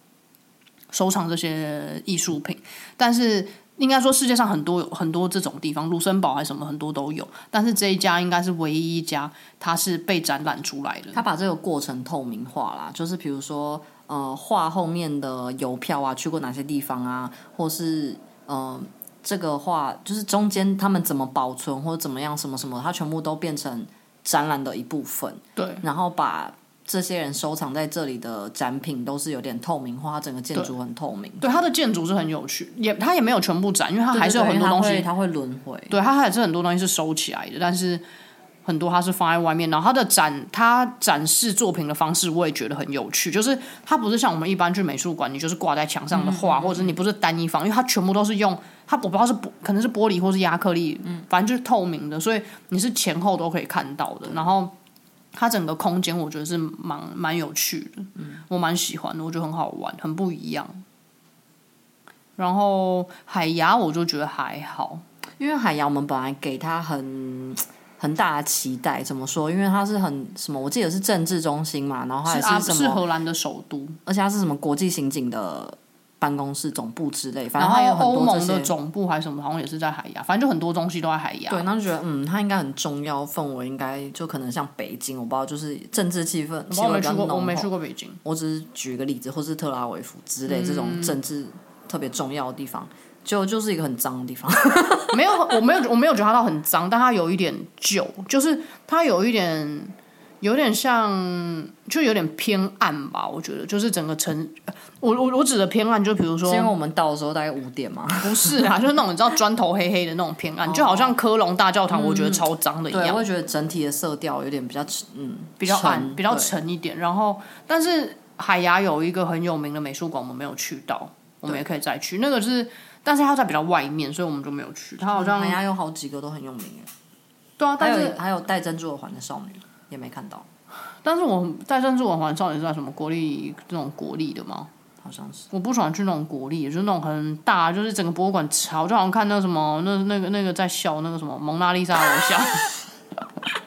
B: 收藏这些艺术品。但是应该说世界上很多有很多这种地方，卢森堡还是什么很多都有，但是这一家应该是唯一一家，它是被展览出来的。
C: 他把这个过程透明化啦，就是比如说，呃，画后面的邮票啊，去过哪些地方啊，或是呃，这个画就是中间他们怎么保存或者怎么样什么什么，它全部都变成展览的一部分。
B: 对
C: 然后把这些人收藏在这里的展品都是有点透明化，它整个建筑很透明，
B: 对，它的建筑是很有趣，也它也没有全部展，因为它
C: 对
B: 还是有
C: 对
B: 很多
C: 因为
B: 东
C: 它
B: 西
C: 会它会轮回。
B: 对，它还是很多东西是收起来的，但是很多它是放在外面。然后它的展，它展示作品的方式，我也觉得很有趣。就是它不是像我们一般去美术馆，你就是挂在墙上的画，或者是你不是单一方，因为它全部都是用它，我不知道是玻可能是玻璃或是亚克力，反正就是透明的，所以你是前后都可以看到的。然后它整个空间，我觉得是蛮蛮有趣的，我蛮喜欢的，我觉得很好玩，很不一样。然后海牙我就觉得还好，
C: 因为海洋，我们本来给他很很大的期待，怎么说？因为它是很什么？我记得是政治中心嘛，然后还
B: 啊是阿
C: 什
B: 是
C: 么？
B: 荷兰的首都，
C: 而且它是什么国际刑警的办公室总部之类，反
B: 然
C: 正它
B: 后
C: 有很
B: 欧
C: 多这
B: 盟
C: 些
B: 的总部还是什么，好像也是在海牙，反正就很多东西都在海牙。
C: 对，那就觉得嗯，它应该很重要，氛围应该就可能像北京，我不知道，就是政治气氛
B: 我
C: 气
B: 我
C: 味
B: 没
C: 比
B: 去
C: 较
B: 过，
C: 浓
B: 我
C: 厚。
B: 没去过北京。
C: 我只是举个例子，或是特拉维夫之类
B: 嗯
C: 这种政治特别重要的地方，就就是一个很脏的地方。
B: 没有，我没有，我没有觉得它到很脏，但它有一点旧，就是它有一点，有点像，就有点偏暗吧。我觉得，就是整个城，我我我指的偏暗，就比如说
C: 是因为我们到的时候大概五点嘛，
B: 不是 啊，就是哦那种你知道砖头黑黑的那种偏暗，就好像科隆大教堂，我觉得超脏的一
C: 对，
B: 样
C: 我。会觉得整体的色调有点比较沉嗯
B: 比较暗、
C: 沉
B: 比较
C: 对
B: 沉一点。然后，但是海牙有一个很有名的美术馆，我们没有去到，我们也可以再去。那个是，但是它在比较外面，所以我们就没有去。它好像、
C: 嗯海牙有好几个都很有名耶，
B: 对啊，
C: 还
B: 但
C: 有
B: 是
C: 还有戴珍珠耳环的少女也没看到，
B: 但是我在甚至我环少也是在什么国立这种国立的嘛，
C: 好像是。
B: 我不喜欢去那种国立，就是那种很大，就是整个博物馆潮，就好像看那个什么那那个那个在笑那个什么蒙娜丽莎楼下。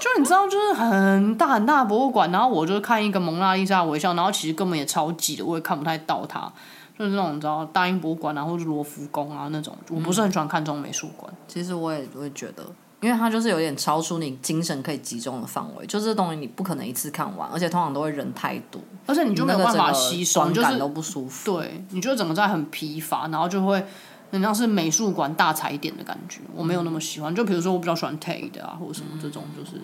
B: 就你知道，就是很大很大的博物馆，然后我就看一个蒙娜丽莎微笑，然后其实根本也超挤的，我也看不太到它，就是那种你知道大英博物馆啊，或者罗浮宫啊那种，我不是很喜欢看这种美术馆。
C: 其实我也我也觉得，因为它就是有点超出你精神可以集中的范围，就这东西你不可能一次看完，而且通常都会人太多，
B: 而且你就没有
C: 那
B: 办
C: 个整
B: 法
C: 个
B: 吸收，
C: 观
B: 你就
C: 感
B: 是
C: 都不舒服。
B: 对，你就整个在很疲乏，然后就会很像是美术馆大踩点的感觉。我没有那么喜欢，就比如说我比较喜欢 Tate 的啊，或者什么这种，就是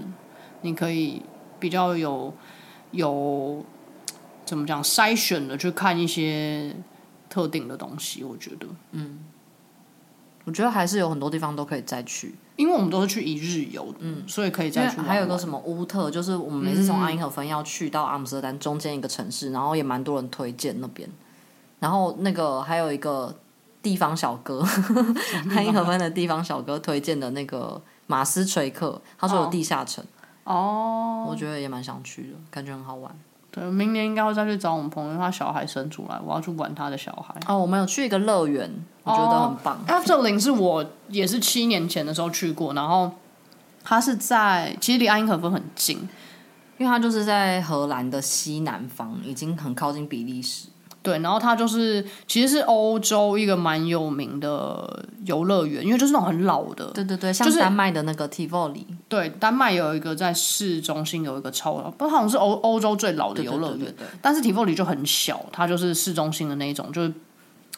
B: 你可以比较有有怎么讲筛选的去看一些特定的东西，我觉得。
C: 我我觉得还是有很多地方都可以再去。
B: 因为我们都是去一日游，嗯，所以可以
C: 因
B: 再
C: 为
B: 去玩玩。
C: 还有个什么乌特，就是我们每次从阿因河芬要去到阿姆斯特丹中间一个城市，然后也蛮多人推荐那边。然后那个还有一个地方小哥，阿因河芬的地方小哥推荐的那个马斯垂克，他说有地下城，
B: 哦，
C: 我觉得也蛮想去的，感觉很好玩。
B: 对，明年应该会再去找我们朋友，因为他小孩生出来，我要去玩他的小孩。
C: 哦，我们有去一个乐园，我觉得很棒。
B: a f t e r l i n 是我也是七年前的时候去过，然后它是在其实离安因可芬很近，
C: 因为它就是在荷兰的西南方，已经很靠近比利时。
B: 对，然后它就是其实是欧洲一个蛮有名的游乐园，因为就是那种很老的，
C: 对对对，像
B: 就是
C: 丹麦的那个 Tivoli，
B: 对，丹麦有一个在市中心有一个超老，不好像是欧欧洲最老的
C: 对对
B: 游乐
C: 对
B: 园
C: 对，对
B: 但是提佛里就很小，它就是市中心的那一种，就是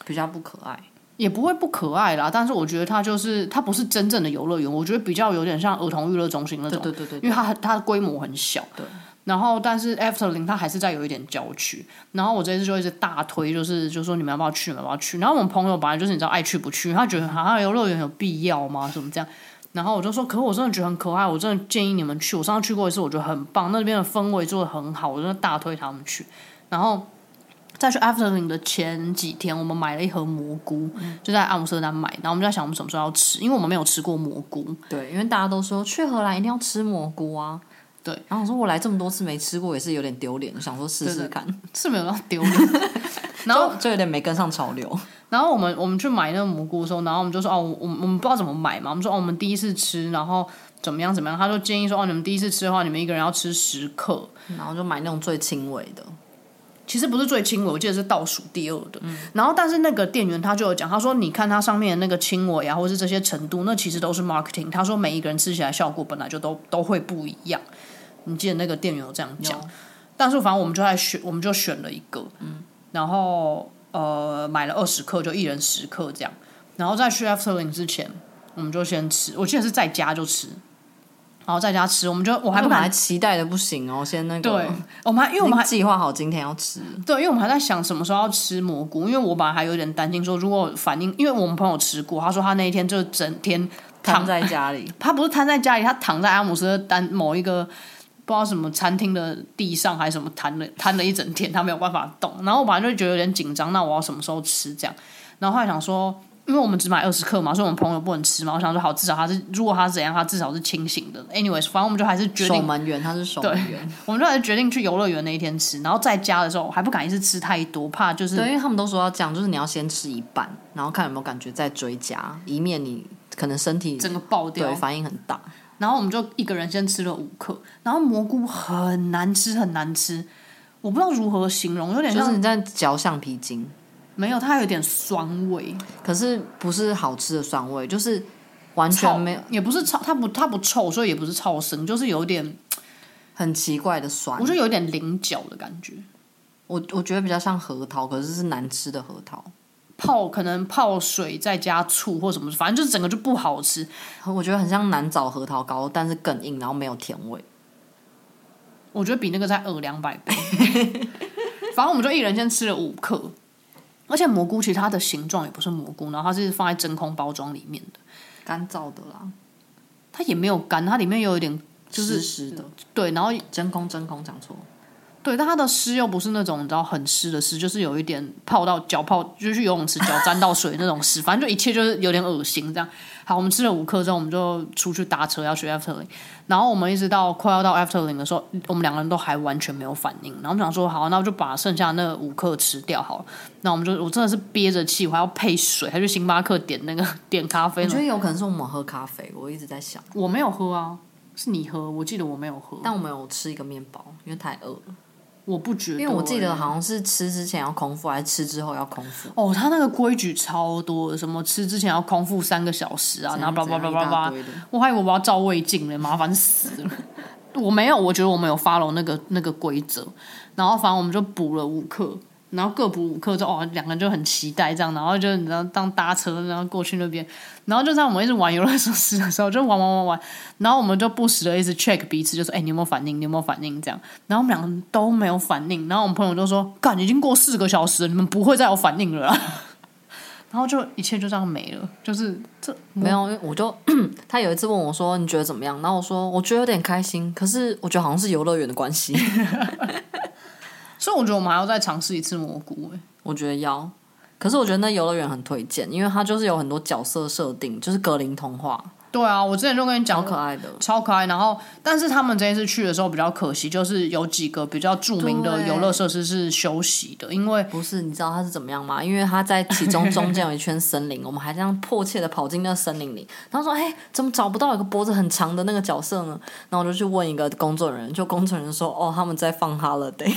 C: 比较不可爱。
B: 也不会不可爱啦，但是我觉得它就是它不是真正的游乐园，我觉得比较有点像儿童娱乐中心那
C: 对
B: 种，
C: 对对对
B: 因为它很它的规模很小。
C: 对。
B: 然后，但是 After 零它还是在有一点郊区。然后我这次就一直大推，就是就说你们要不要去，你们要不要去。然后我们朋友本来就是你知道爱去不去，他觉得啊游乐园有必要吗？什么这样。然后我就说，可我真的觉得很可爱，我真的建议你们去。我上次去过一次，我觉得很棒，那边的氛围做的很好，我真的大推他们去。然后再去 Afternoon 的前几天，我们买了一盒蘑菇，就在阿姆斯特丹买。然后我们就在想，我们什么时候要吃，因为我们没有吃过蘑菇。
C: 对，因为大家都说去荷兰一定要吃蘑菇啊。
B: 对，
C: 然后我说我来这么多次没吃过，也是有点丢脸，想说试试看，
B: 是没有到丢脸。然后，
C: 就就有点没跟上潮流。
B: 然后我们我们去买那个蘑菇的时候，然后我们就说哦，我们我们不知道怎么买嘛，我们说哦，我们第一次吃，然后怎么样怎么样，他就建议说哦，你们第一次吃的话，你们一个人要吃十克，
C: 然后就买那种最轻微的，
B: 其实不是最轻微，我记得是倒数第二的。然后，但是那个店员他就有讲，他说你看它上面的那个轻微啊，或是这些程度，那其实都是 marketing。他说每一个人吃起来效果本来就都都会不一样。你记得那个店员有这样讲，但是反正我们就在选，我们就选了一个，然后呃买了二十克，就一人十克这样。然后在去 Afterlin 之前，我们就先吃，我记得是在家就吃，然后在家吃，我们就我
C: 我
B: 还不
C: 本
B: 敢
C: 来，期待的不行哦，先那个，
B: 对，我们还因为我们还
C: 已经计划好今天要吃，
B: 对，因为我们还在想什么时候要吃蘑菇，因为我本来还有点担心说，如果反应，因为我们朋友吃过，他说他那一天就整天
C: 躺
B: 躺，
C: 在家里，
B: 他不是瘫在家里，他躺在阿姆斯特丹某一个不知道什么餐厅的地上还是什么瘫了瘫了一整天，他没有办法动。然后我本来就觉得有点紧张，那我要什么时候吃这样？然后后来想说。因为我们只买二十克嘛，所以我们朋友不能吃嘛。我想说，好，至少他是，如果他是怎样，他至少是清醒的。Anyways，反正我们就还是 决
C: 守
B: 定
C: 门员，他是守门员，
B: 我们就还是决定去游乐园那一天吃，然后在家的时候我还不敢一次吃太多，怕就是
C: 对，因为他们都说要这样，就是你要先吃一半，然后看有没有感觉再追加，以免你可能身体
B: 整个爆掉
C: 对。反应很 大。
B: 然后我们就一个人先吃了五克，然后蘑菇很难吃，很难吃，我不知道如何形容，有点
C: 就是
B: 像
C: 你在嚼橡皮筋，
B: 没有，它有点酸味，
C: 可是不是好吃的酸味，就是完
B: 臭
C: 全没有
B: 也不是臭，它不它不臭，所以也不是超生，就是有点，
C: 很奇怪的酸。
B: 我觉得有点菱角的感觉，
C: 我我觉得比较像核桃，可是是难吃的核桃。
B: 泡可能泡水再加醋或什么，反正就是整个就不好吃。
C: 我觉得很像难找核桃糕，但是更硬，然后没有甜味。
B: 我觉得比那个再恶两百 倍。反正我们就一人先吃了五克，而且蘑菇其实它的形状也不是蘑菇，然后它是放在真空包装里面的，
C: 干燥的啦，
B: 它也没有干，它里面有一点
C: 就是湿的，
B: 对，然后
C: 真空真空讲错。
B: 对，但它的湿又不是那种你知道很湿的湿，就是有一点泡到脚泡，就是去游泳池脚沾到水那种湿，反正就一切就是有点恶心这样。好，我们吃了五克之后，我们就出去搭车要去 Afterlin，然后我们一直到快要到 Afterlin 的时候，我们两个人都还完全没有反应，然后我们想说好，那我就把剩下那五克吃掉好了。那我们就我真的是憋着气，我还要配水，还去星巴克点那个点咖啡
C: 我觉
B: 呢
C: 得。有可能是我们喝咖啡，我一直在想，
B: 我没有喝啊，是你喝，我记得我没有喝，
C: 但我们有吃一个面包，因为太饿了。
B: 我不觉得欸、
C: 因为我记得好像是吃之前要空腹，还是吃之后要空腹。
B: 哦，他那个规矩超多的，什么吃之前要空腹三个小时啊，然后叭叭叭叭叭
C: 怎样一大堆的，
B: 我还以为我要照胃镜嘞，麻烦死了。我没有，我觉得我们有 follow 那个那个规则，然后反正我们就补了五克，然后各补五克之后，哦，两个人就很期待这样，然后就你知道当搭车，然后过去那边，然后就在我们一直玩游乐设施的时候，就玩玩玩玩，然后我们就不时的一直 check 彼此，就说，哎、你有没有反应？你有没有反应？这样，然后我们两个人都没有反应，然后我们朋友就说，干，已经过四个小时了，你们不会再有反应了啦。啊 然后就一切就这样没了，就是这
C: 没有，因为我就 他有一次问我说你觉得怎么样？然后我说我觉得有点开心，可是我觉得好像是游乐园的关系，
B: 所以我觉得我们还要再尝试一次蘑菇、欸。
C: 我觉得要。可是我觉得那游乐园很推荐，因为它就是有很多角色设定，就是格林童话，
B: 对啊，我之前就跟你
C: 好
B: 讲
C: 可爱的。
B: 超可爱。然后，但是他们这一次去的时候比较可惜，就是有几个比较著名的
C: 对
B: 游乐设施是休息的，因为
C: 不是，你知道它是怎么样吗？因为它在其中中间有一圈森林，我 们还这样迫切的跑进那个森林里，然后说：“哎、怎么找不到一个脖子很长的那个角色呢？”然后我就去问一个工作人员，就工作人员说：“哦，他们在放 holiday，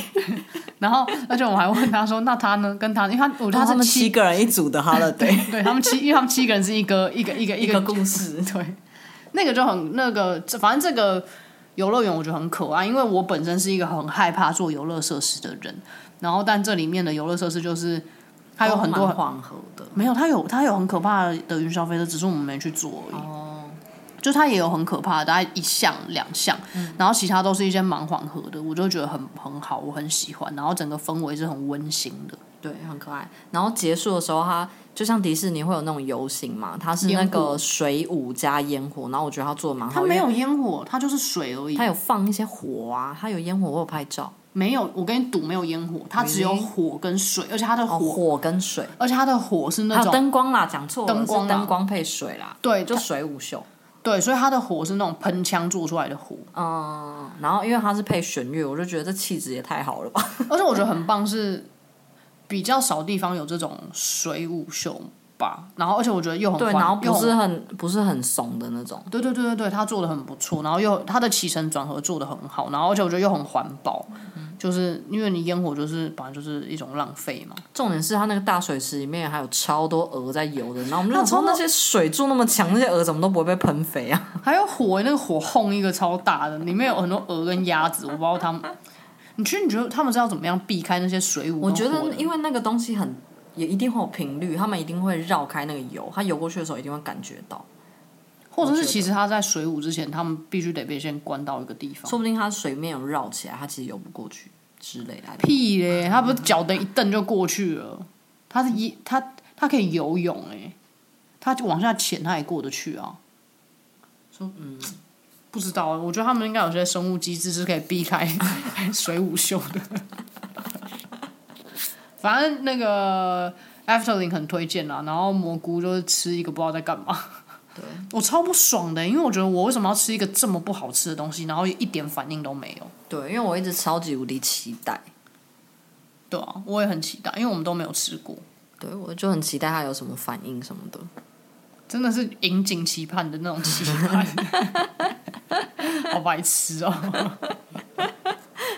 B: 然后而且我们还问他说，那他呢？跟他，因为他我觉得
C: 哦他
B: 他
C: 们
B: 是
C: 七
B: 七，
C: 个人一组的 holiday，
B: 对他们七，因为他们七个人是一个一个一个一
C: 一
B: 个
C: 个故事。
B: 对，那个就很那个，这反正这个游乐园我觉得很可爱，因为我本身是一个很害怕做游乐设施的人，然后但这里面的游乐设施就是它有很
C: 都
B: 多
C: 蛮缓和的。
B: 没有，它有它有很可怕的云霄飞车，只是我们没去做而已。
C: 哦，
B: 就它也有很可怕的，大概一项两项，
C: 嗯
B: 然后其他都是一些蛮缓和的，我就觉得很很好，我很喜欢。然后整个氛围是很温馨的，
C: 对，很可爱。然后结束的时候，它就像迪士尼会有那种游行嘛，它是那
B: 烟
C: 个
B: 火
C: 水舞加烟火，然后我觉得它做的蛮好。
B: 它没
C: 因为
B: 有烟火，它就是水而已
C: 它。有放一些火啊，它有烟火，我有拍照，
B: 没有，我跟你赌，没有烟火，它只有
C: Really？
B: 火跟水，而且它的火，
C: 哦，火跟水，
B: 而且它的火是那
C: 还有
B: 种
C: 灯光啦，讲错了，
B: 灯光
C: 是
B: 啊
C: 灯光配水啦，
B: 对
C: 就
B: 它
C: 水舞秀。
B: 对，所以它的火是那种喷枪做出来的火，
C: 嗯，然后因为它是配弦乐，我就觉得这气质也太好了吧。
B: 而且我觉得很棒是，比较少地方有这种水舞秀吧。然后，而且我觉得又很
C: 对，
B: 欢
C: 然后
B: 又
C: 不
B: 很
C: 是很不是很怂的那种。
B: 对对对对对，他做的很不错，然后又他的起承转合做的很好，然后而且我觉得又很环保，就是因为你烟火就是本来就是一种浪费嘛。
C: 重点是它那个大水池里面还有超多鹅在游的，然后我们就
B: 那
C: 想说
B: 超
C: 那些水柱那么强，那些鹅怎么都不会被喷飞啊？
B: 还有火，那个火烘一个超大的，里面有很多鹅跟鸭子，我不知道他们。你觉得你觉得他们是要怎么样避开那些水舞跟火
C: 我
B: 的？
C: 觉得，因为那个东西很也一定会有频率，他们一定会绕开那个油，它游过去的时候一定会感觉到，
B: 或者
C: 我觉
B: 是
C: 得
B: 其实他在水舞之前，他们必须得被先关到一个地方。
C: 说不定它水面有绕起来，它其实游不过去之类的。
B: 屁嘞，他不是脚蹬一蹬就过去了，他是一他他可以游泳哎、他就往下潜他也过得去啊。说嗯，不知道，欸我觉得他们应该有些生物机制是可以避开 水舞秀的。 反正那个 Afterling 很推荐啊啦，然后蘑菇就是吃一个不知道在干嘛。
C: 对，
B: 我超不爽的、因为我觉得我为什么要吃一个这么不好吃的东西，然后一点反应都没有。
C: 对，因为我一直超级无敌期待，
B: 对啊，我也很期待，因为我们都没有吃过。
C: 对我就很期待它有什么反应什么的。
B: 真的是引颈期盼的那种期盼， 好白痴哦、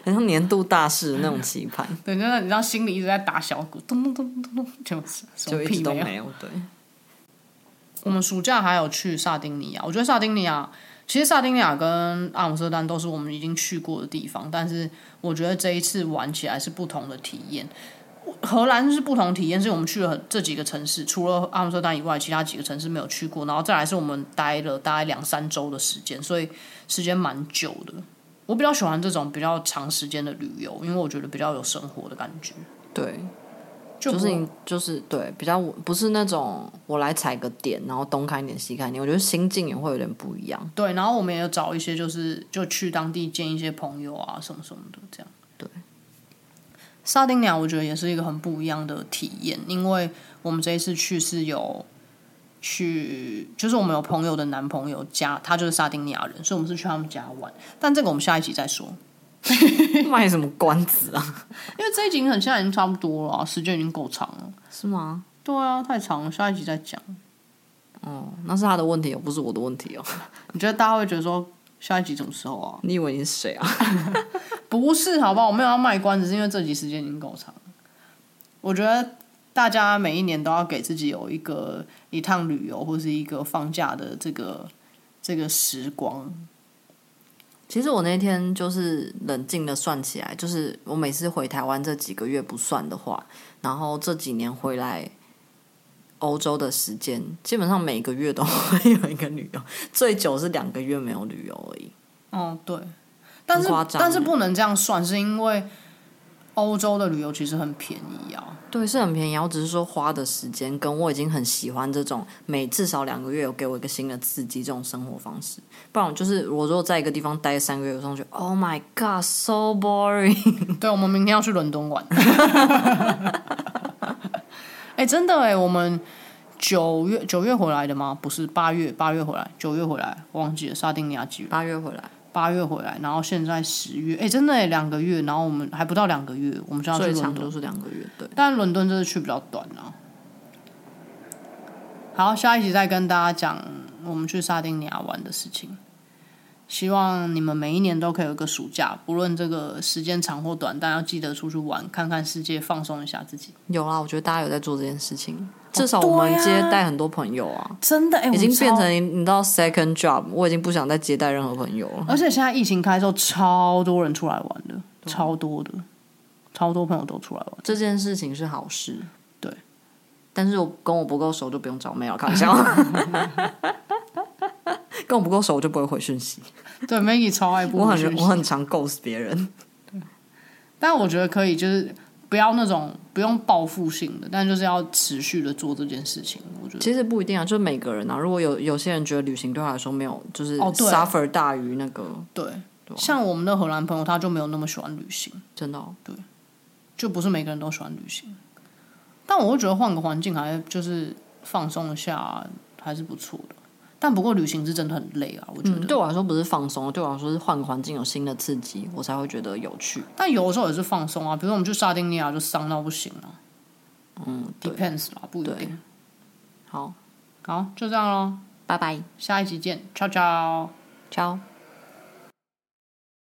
C: 很像年度大事的那种期盼，
B: 对，真的，你知道心里一直在打小鼓，咚咚咚咚咚，就是 什
C: 就
B: 么
C: 一
B: 屁
C: 直都
B: 有。
C: 没有。 对，
B: 我们暑假还有去萨丁尼亚，我觉得萨丁尼亚，其实萨丁尼亚跟阿姆斯特丹都是我们已经去过的地方，但是我觉得这一次玩起来是不同的体验。荷兰是不同体验，是我们去了这几个城市，除了阿姆斯特丹以外，其他几个城市没有去过。然后再来是我们待了大概两三周的时间，所以时间蛮久的。我比较喜欢这种比较长时间的旅游，因为我觉得比较有生活的感觉。
C: 对，
B: 就
C: 就
B: 不
C: 是你就是对比较不是那种我来踩个点，然后东看一点西看一点，我觉得心境也会有点不 一样。
B: 对，然后我们也有找一些，就是就去当地见一些朋友啊，什么什么的，这样。
C: 对，
B: 沙丁鸟我觉得也是一个很不一样的体验，因为我们这一次去是有去，就是我们有朋友的男朋友家，他就是沙丁尼亚人，所以我们是去他们家玩。但这个我们下一集再说，
C: 卖什么关子啊？
B: 因为这一集很现在已经差不多了啊、时间已经够长了。
C: 是吗？
B: 对啊，太长了，下一集再讲。
C: 哦，那是他的问题哦，不是我的问题哦。
B: 你觉得大家会觉得说下一集什么时候啊？
C: 你以为你是谁啊？
B: 不是，好不好？我没有要卖关子，是因为这集时间已经够长了。我觉得大家每一年都要给自己有一个一趟旅游或是一个放假的这个这个时光。
C: 其实我那天就是冷静的算起来，就是我每次回台湾这几个月不算的话，然后这几年回来欧洲的时间，基本上每个月都会有一个旅游， 最久是两个月没有旅游而已。
B: 哦，对，但是
C: 很夸张
B: 但是
C: 欸
B: 不能这样算，是因为欧洲的旅游其实很便宜 啊。
C: 对，是很便宜。我只是说花的时间，跟我已经很喜欢这种每至少两个月有给我一个新的刺激这种生活方式。不然我就是我如果在一个地方待三个月，我上去，Oh my God，so boring。
B: 对，我们明天要去伦敦玩。 哎、真的哎、我们九月九月回来的吗？不是，八月八月回来，九月回来，忘记了沙丁尼亚几月？
C: 八月回来，
B: 八月回来，然后现在十月，哎、真的哎、两个月，然后我们还不到两个月，我们就要去
C: 最
B: 伦
C: 长
B: 敦
C: 都。是两个月。对，
B: 但伦敦这次去比较短啊。好，下一集再跟大家讲我们去沙丁尼亚玩的事情。希望你们每一年都可以有一个暑假，不论这个时间长或短，但要记得出去玩，看看世界，放松一下自己。
C: 有啦，我觉得大家有在做这件事情，至少我们
B: 对啊
C: 接待很多朋友哦啊。
B: 真的，哎、
C: 已经
B: 我超
C: 变成你知道 second job，我已经不想再接待任何朋友了。
B: 而且现在疫情开之后，超多人出来玩的，超多的，超多朋友都出来玩。
C: 这件事情是好事，
B: 对。
C: 但是我跟我不够熟就不用找妹了，开玩笑。 跟我不够熟我就不会回讯息，
B: 对，Maggie 超爱不
C: 我
B: 回
C: 很
B: 讯息
C: 我很常 ghost 别人。
B: 但我觉得可以，就是不要那种不用报复性的，但就是要持续的做这件事情。我觉得
C: 其实不一定啊，就是每个人啊，如果有有些人觉得旅行对他来说没有，就是
B: 哦对
C: suffer 大于那个，
B: 对，
C: 啊
B: 像我们的荷兰朋友，他就没有那么喜欢旅行，
C: 真的哦、
B: 就不是每个人都喜欢旅行。但我会觉得换个环境，还就是放松一下，还是不错的。但不过旅行是真的很累啊，我觉得。
C: 嗯，对我来说不是放松，对我来说是换个环境有新的刺激，我才会觉得有趣。
B: 但有的时候也是放松啊，比如我们去沙丁尼亚就伤到不行啊
C: 嗯，对，
B: ，depends 啦，不一
C: 对
B: 定。
C: 好，
B: 好，就这样咯，
C: 拜拜，
B: 下一集见，ciao ciao。
C: ciao。